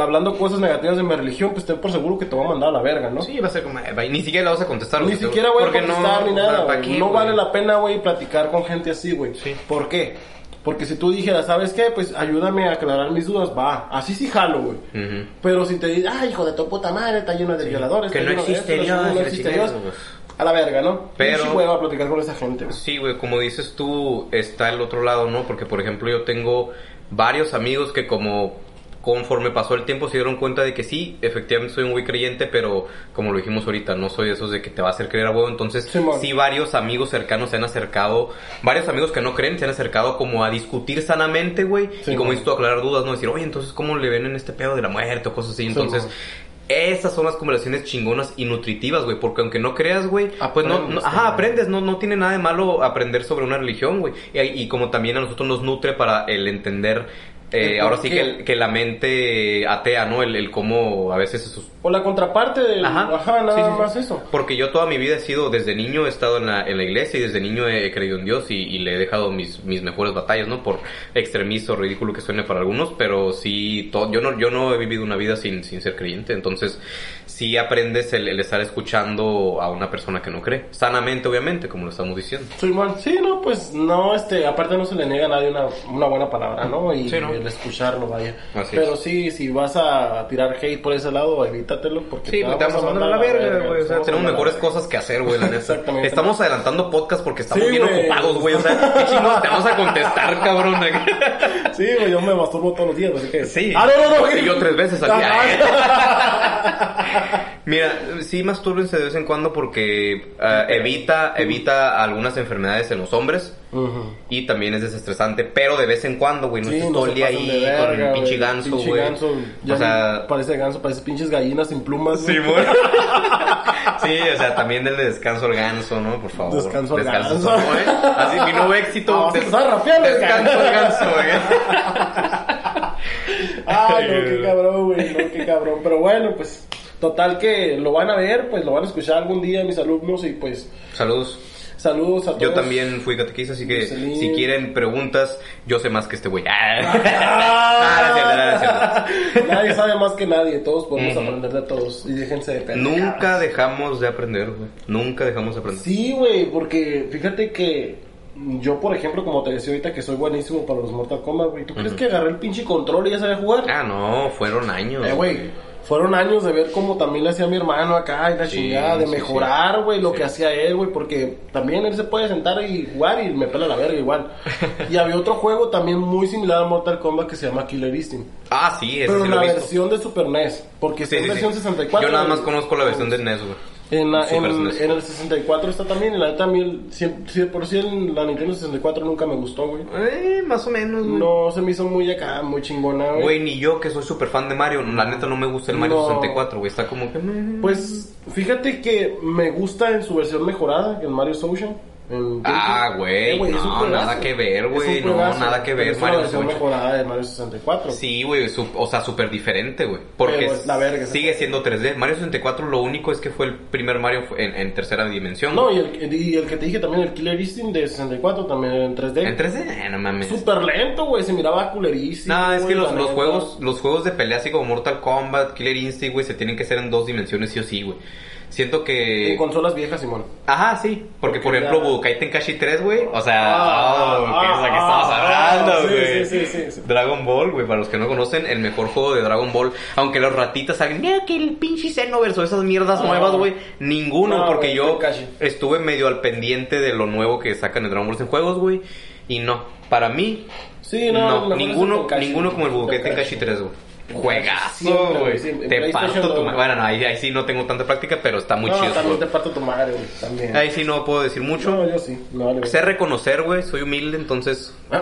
Speaker 2: hablando cosas negativas de mi religión, pues ten por seguro que te voy a mandar a la verga, ¿no?
Speaker 1: Sí, va a ser como, eh, va, y ni siquiera la vas a contestar.
Speaker 2: Ni
Speaker 1: porque-
Speaker 2: siquiera voy a
Speaker 1: porque no-
Speaker 2: contestar ni nada,
Speaker 1: ¿para
Speaker 2: güey.
Speaker 1: qué,
Speaker 2: No
Speaker 1: güey?
Speaker 2: vale la pena, güey, platicar con gente así, güey.
Speaker 1: Sí.
Speaker 2: ¿Por qué? Porque si tú dijeras, ¿sabes qué? Pues ayúdame a aclarar mis dudas, va. Así sí jalo, güey.
Speaker 1: Ujú.
Speaker 2: Pero si te dice, ah, hijo de tu puta madre, está lleno de violadores.
Speaker 1: Que
Speaker 2: está
Speaker 1: no
Speaker 2: lleno de
Speaker 1: existe
Speaker 2: esto,
Speaker 1: Dios,
Speaker 2: no
Speaker 1: y la
Speaker 2: existe
Speaker 1: chingada,
Speaker 2: Dios.
Speaker 1: güey.
Speaker 2: A la verga, ¿no?
Speaker 1: Pero-
Speaker 2: Sí, güey, va a platicar con esa gente, güey.
Speaker 1: Sí, güey, como dices tú, está el otro lado, ¿no? Porque, por ejemplo, yo tengo varios amigos que como conforme pasó el tiempo se dieron cuenta de que sí, efectivamente soy un güey creyente, pero como lo dijimos ahorita, no soy de esos de que te va a hacer creer a huevo, entonces
Speaker 2: Simón.
Speaker 1: sí varios amigos cercanos se han acercado, varios amigos que no creen se han acercado como a discutir sanamente, güey, y
Speaker 2: Simón.
Speaker 1: como dices tú, aclarar dudas, no decir, oye, entonces, ¿cómo le ven en este pedo de la muerte o cosas así? Entonces...
Speaker 2: Simón.
Speaker 1: Esas son las conversaciones chingonas y nutritivas, güey, porque aunque no creas, güey, pues no, no-
Speaker 2: Aprendes,
Speaker 1: ajá,
Speaker 2: ¿no?
Speaker 1: aprendes, no, no tiene nada de malo aprender sobre una religión, güey. Y, y como también a nosotros nos nutre para el entender, eh,
Speaker 2: ¿El
Speaker 1: ahora
Speaker 2: por
Speaker 1: sí
Speaker 2: qué?
Speaker 1: que, el- que la mente atea, ¿no? El, el cómo a veces esos...
Speaker 2: O la contraparte del... Ajá, nada
Speaker 1: Sí, sí, sí.
Speaker 2: más eso.
Speaker 1: Porque yo toda mi vida he sido, desde niño he estado en la, en la iglesia y desde niño he, he creído en Dios y, y le he dejado mis, mis mejores batallas, ¿no? Por extremizo, ridículo que suene para algunos, pero sí, to- yo, no, yo no he vivido una vida sin, sin ser creyente, entonces sí aprendes el, el estar escuchando a una persona que no cree, sanamente obviamente, como lo estamos diciendo.
Speaker 2: Simón, sí, no, pues no, este, aparte no se le niega a nadie una, una buena palabra, ¿no? Y
Speaker 1: Sí, ¿no?
Speaker 2: el escucharlo, vaya.
Speaker 1: Así
Speaker 2: Pero
Speaker 1: es.
Speaker 2: sí, si vas a tirar hate por ese lado, evítatelo porque
Speaker 1: Sí, güey, te vamos a mandar a la verga, güey. O sea, tenemos mejores cosas que hacer, güey, la neta.
Speaker 2: Exactamente.
Speaker 1: Estamos adelantando podcast porque estamos
Speaker 2: Sí,
Speaker 1: bien
Speaker 2: güey.
Speaker 1: ocupados, güey. O sea, ¿qué chingados te vamos a contestar, cabrón?
Speaker 2: Sí, güey, yo me masturbo todos los días, así que...
Speaker 1: Sí.
Speaker 2: Ah, no, no, no.
Speaker 1: Y yo tres veces al día. ¿eh?
Speaker 2: Ajá.
Speaker 1: Mira, sí mastúrbense de vez en cuando porque ah, evita, evita algunas enfermedades en los hombres.
Speaker 2: Ujú.
Speaker 1: Y también es desestresante, pero de vez en cuando, güey. No
Speaker 2: Sí,
Speaker 1: estés
Speaker 2: no
Speaker 1: todo
Speaker 2: se
Speaker 1: el día
Speaker 2: pasen
Speaker 1: ahí
Speaker 2: de verga,
Speaker 1: con el pinche
Speaker 2: güey.
Speaker 1: ganso,
Speaker 2: Pinche
Speaker 1: güey.
Speaker 2: ganso, ya
Speaker 1: O sea,
Speaker 2: ni parece ganso, parece pinches gallinas sin plumas.
Speaker 1: Sí,
Speaker 2: güey.
Speaker 1: bueno. sí, o sea, también del descanso al ganso, ¿no? Por favor.
Speaker 2: Descanso al ganso.
Speaker 1: ¿no, eh? Así mi nuevo éxito.
Speaker 2: Ah, vas a empezar a rapear, güey.
Speaker 1: descanso al ganso, güey.
Speaker 2: Ay, no, qué cabrón, güey, no, qué cabrón. Pero bueno, pues, total que lo van a ver, pues lo van a escuchar algún día mis alumnos y pues,
Speaker 1: Saludos.
Speaker 2: saludos a todos.
Speaker 1: Yo también fui catequista, así que
Speaker 2: Jocelyn. Ah.
Speaker 1: si quieren preguntas, yo sé más que este güey. Ah, no ah, es cierto, no es cierto.
Speaker 2: Nadie sabe más que nadie, todos podemos
Speaker 1: Ujú.
Speaker 2: aprender de todos y déjense de pendejadas.
Speaker 1: Nunca dejamos de aprender, güey. Nunca dejamos de aprender.
Speaker 2: Sí, güey, porque fíjate que yo, por ejemplo, como te decía ahorita, que soy buenísimo para los Mortal Kombat, güey. ¿Tú crees que agarré el pinche control y ya sabía jugar?
Speaker 1: Ah, no, fueron años.
Speaker 2: Eh, güey, fueron años de ver cómo también le hacía a mi hermano acá y la
Speaker 1: Sí,
Speaker 2: chingada, de
Speaker 1: sí,
Speaker 2: mejorar, güey, lo
Speaker 1: Sí.
Speaker 2: que hacía él, güey, porque también él se puede sentar y jugar y me pela la verga igual. y había otro juego también muy similar a Mortal Kombat que se llama Killer Instinct,
Speaker 1: Ah, sí, ese
Speaker 2: pero
Speaker 1: sí
Speaker 2: la
Speaker 1: lo he visto.
Speaker 2: versión de Super NES, porque
Speaker 1: Sí,
Speaker 2: está en
Speaker 1: sí, sí.
Speaker 2: versión 64.
Speaker 1: Yo nada
Speaker 2: güey.
Speaker 1: más conozco la versión de NES, güey.
Speaker 2: En, la- en,
Speaker 1: Super E SNES.
Speaker 2: en el 64 está también, y la neta a mí el 100%, 100% la Nintendo 64 nunca me gustó, güey.
Speaker 1: Eh, más o menos, güey.
Speaker 2: No, se me hizo muy acá, muy chingona, güey.
Speaker 1: Güey, ni yo que soy súper fan de Mario, la neta no me gusta el Mario
Speaker 2: No.
Speaker 1: 64, güey. Está como que. mm.
Speaker 2: Pues fíjate que me gusta en su versión mejorada, el Mario Ocean. el
Speaker 1: Ah,
Speaker 2: GameCube.
Speaker 1: güey,
Speaker 2: Eh, es
Speaker 1: no,
Speaker 2: un juegazo.
Speaker 1: nada que ver, güey,
Speaker 2: Es un
Speaker 1: no,
Speaker 2: juegazo,
Speaker 1: nada que ver,
Speaker 2: pero Es una
Speaker 1: Mario
Speaker 2: versión
Speaker 1: 68.
Speaker 2: mejorada de Mario 64.
Speaker 1: Sí, güey, su- o sea, súper diferente, güey. Porque
Speaker 2: Pero es la verga, ese
Speaker 1: sigue siendo 3D. Mario 64 lo único es que fue el primer Mario en, en tercera dimensión.
Speaker 2: No,
Speaker 1: güey.
Speaker 2: y el, y el que te dije también, el Killer Instinct de 64 también era en 3D.
Speaker 1: En 3D, eh, no mames.
Speaker 2: Súper lento, güey, se miraba culerísimo.
Speaker 1: Nah, es que
Speaker 2: güey,
Speaker 1: los,
Speaker 2: la
Speaker 1: los
Speaker 2: neta.
Speaker 1: juegos los juegos de pelea así como Mortal Kombat, Killer Instinct, güey, se tienen que hacer en dos dimensiones sí o sí, güey. Siento que...
Speaker 2: En consolas viejas, Simón.
Speaker 1: Ajá, sí. Porque, por
Speaker 2: Porque
Speaker 1: ejemplo,
Speaker 2: ya-
Speaker 1: Budokai Tenkashi 3, güey. O sea,
Speaker 2: Ah,
Speaker 1: oh, que es la que
Speaker 2: ah,
Speaker 1: estamos
Speaker 2: ah,
Speaker 1: hablando,
Speaker 2: sí,
Speaker 1: güey.
Speaker 2: sí, sí, sí, sí.
Speaker 1: Dragon Ball, güey. Para los que no conocen, el mejor juego de Dragon Ball. Aunque los ratitas salgan, mira que el pinche Xenoverse o esas mierdas
Speaker 2: No.
Speaker 1: nuevas, güey. Ninguno,
Speaker 2: No,
Speaker 1: porque
Speaker 2: güey,
Speaker 1: yo
Speaker 2: Tenkashi.
Speaker 1: estuve medio al pendiente de lo nuevo que sacan de Dragon Ball en juegos, güey. Y no, para mí,
Speaker 2: Sí, no,
Speaker 1: no,
Speaker 2: mejor es el
Speaker 1: ninguno,
Speaker 2: Tenkashi.
Speaker 1: ninguno como el Budokai Tenkashi 3, güey. Juegazo,
Speaker 2: Siempre,
Speaker 1: güey.
Speaker 2: siempre. En
Speaker 1: Te
Speaker 2: PlayStation
Speaker 1: parto tu
Speaker 2: no,
Speaker 1: madre. Bueno, no, ahí, ahí sí no tengo tanta práctica, pero está muy
Speaker 2: no,
Speaker 1: chido.
Speaker 2: también
Speaker 1: güey.
Speaker 2: te parto tu madre, güey, también.
Speaker 1: Ahí sí no puedo decir mucho.
Speaker 2: No, yo sí, me vale, güey.
Speaker 1: Sé reconocer, güey, soy humilde, entonces Lo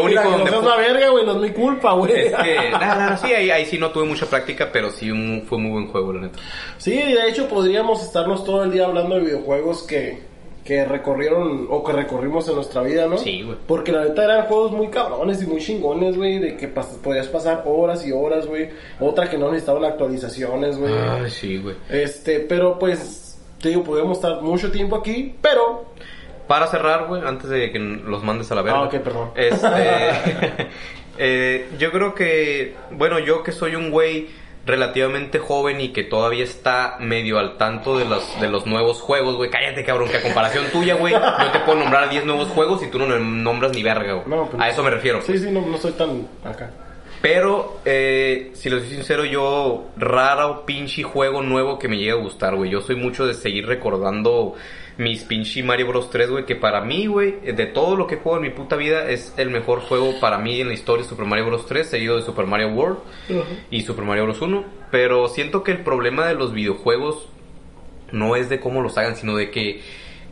Speaker 2: Lo único
Speaker 1: único donde
Speaker 2: que no seas
Speaker 1: pu-
Speaker 2: la verga, güey, no es mi culpa, güey.
Speaker 1: es que nada, nada, sí, ahí, ahí sí no tuve mucha práctica, pero sí un- fue muy buen juego, la neta.
Speaker 2: Sí, de hecho podríamos estarnos todo el día hablando de videojuegos que, que recorrieron o que recorrimos en nuestra vida, ¿no?
Speaker 1: Sí, güey.
Speaker 2: Porque la neta eran juegos muy cabrones y muy chingones, güey, de que pas- podías pasar horas y horas, güey. Otra que no necesitaban actualizaciones, güey.
Speaker 1: Ay, sí, güey.
Speaker 2: Este, pero pues, te digo, podríamos estar mucho tiempo aquí, pero
Speaker 1: Para cerrar, güey, antes de que los mandes a la verga.
Speaker 2: Ah, ok, perdón.
Speaker 1: eh, Este, eh, yo creo que, bueno, yo que soy un güey relativamente joven y que todavía está medio al tanto de los, de los nuevos juegos, güey. Cállate, cabrón, que a comparación tuya, güey, yo te puedo nombrar 10 nuevos juegos y tú no me nombras ni verga, güey.
Speaker 2: No, pues,
Speaker 1: a eso me refiero.
Speaker 2: sí, sí, no, no soy tan acá.
Speaker 1: Pero, eh, si lo soy sincero, yo raro pinche juego nuevo que me llegue a gustar, güey. Yo soy mucho de seguir recordando mis pinche Mario Bros 3, güey, que para mí, güey, de todo lo que juego en mi puta vida, es el mejor juego para mí en la historia Super Mario Bros 3, seguido de Super Mario World y Super Mario Bros 1. Pero siento que el problema de los videojuegos no es de cómo los hagan, sino de que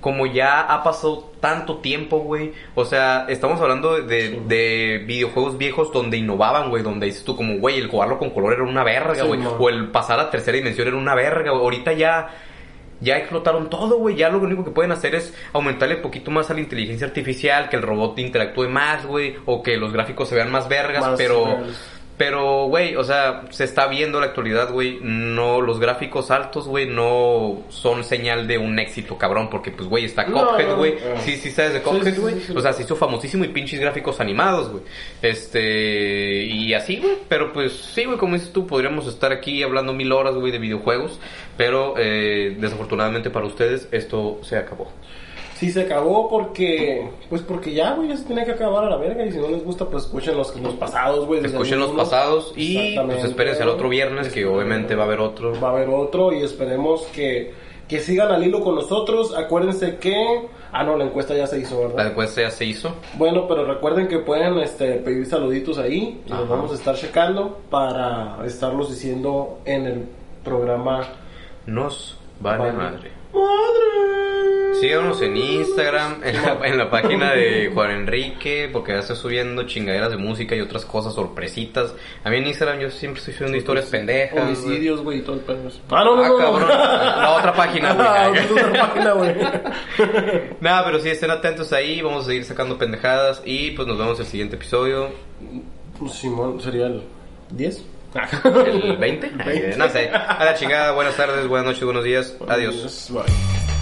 Speaker 1: como ya ha pasado tanto tiempo, güey, o sea, estamos hablando de, de- de videojuegos viejos donde innovaban, güey, donde dices tú como, güey, el jugarlo con color era una verga,
Speaker 2: Sí,
Speaker 1: güey,
Speaker 2: no.
Speaker 1: o el pasar a tercera dimensión era una verga, güey. ahorita ya... Ya explotaron todo, güey. Ya lo único que pueden hacer es aumentarle un poquito más a la inteligencia artificial, que el robot interactúe más, güey, o que los gráficos se vean más vergas,
Speaker 2: Más
Speaker 1: pero...
Speaker 2: reales.
Speaker 1: Pero, güey, o sea, se está viendo la actualidad, güey. No, los gráficos altos, güey, no son señal de un éxito, cabrón. Porque, pues, güey, está
Speaker 2: No,
Speaker 1: Cuphead,
Speaker 2: no,
Speaker 1: güey.
Speaker 2: no.
Speaker 1: Sí, sí, sabes de
Speaker 2: Sí, sí,
Speaker 1: Cuphead,
Speaker 2: sí,
Speaker 1: güey.
Speaker 2: sí.
Speaker 1: O sea, se hizo famosísimo y pinches gráficos animados, güey. Este, y así, güey. Pero, pues, sí, güey, como dices tú, podríamos estar aquí hablando mil horas, güey, de videojuegos. Pero, eh, desafortunadamente para ustedes, esto se acabó.
Speaker 2: Sí, se acabó porque. Pues porque ya, güey, ya se tiene que acabar a la verga. Y si no les gusta, pues escuchen los, los pasados, güey. desde
Speaker 1: Escuchen los
Speaker 2: algunos.
Speaker 1: pasados y, pues,
Speaker 2: Exactamente. Este,
Speaker 1: espérense al otro viernes, que obviamente va a haber otro.
Speaker 2: Va a haber otro y esperemos que, que sigan al hilo con nosotros. Acuérdense que. Ah, no, la encuesta ya se hizo,
Speaker 1: La
Speaker 2: ¿verdad?
Speaker 1: encuesta ya se hizo.
Speaker 2: Bueno, pero recuerden que pueden este, pedir saluditos ahí. y Los
Speaker 1: Ajá.
Speaker 2: vamos a estar checando para estarlos diciendo en el programa.
Speaker 1: Nos vale,
Speaker 2: Vale.
Speaker 1: madre.
Speaker 2: ¡Madre!
Speaker 1: Síganos en Instagram, en la, en la página de Juan Enrique, porque ya está subiendo chingaderas de música y otras cosas sorpresitas. A mí en Instagram yo siempre estoy subiendo historias pendejas. güey.
Speaker 2: Homicidios, güey, y todo el pedo. Ah, no, no,
Speaker 1: Ah,
Speaker 2: no, no.
Speaker 1: cabrón. La otra página, güey.
Speaker 2: Ah, otra página, güey.
Speaker 1: Nada, pero sí, estén atentos ahí, vamos a seguir sacando pendejadas y pues nos vemos el siguiente episodio,
Speaker 2: Pues, Simón, sería el 10.
Speaker 1: el 20, no sé. A la chingada, buenas tardes, buenas noches, buenos días, adiós.
Speaker 2: Pues, Bye.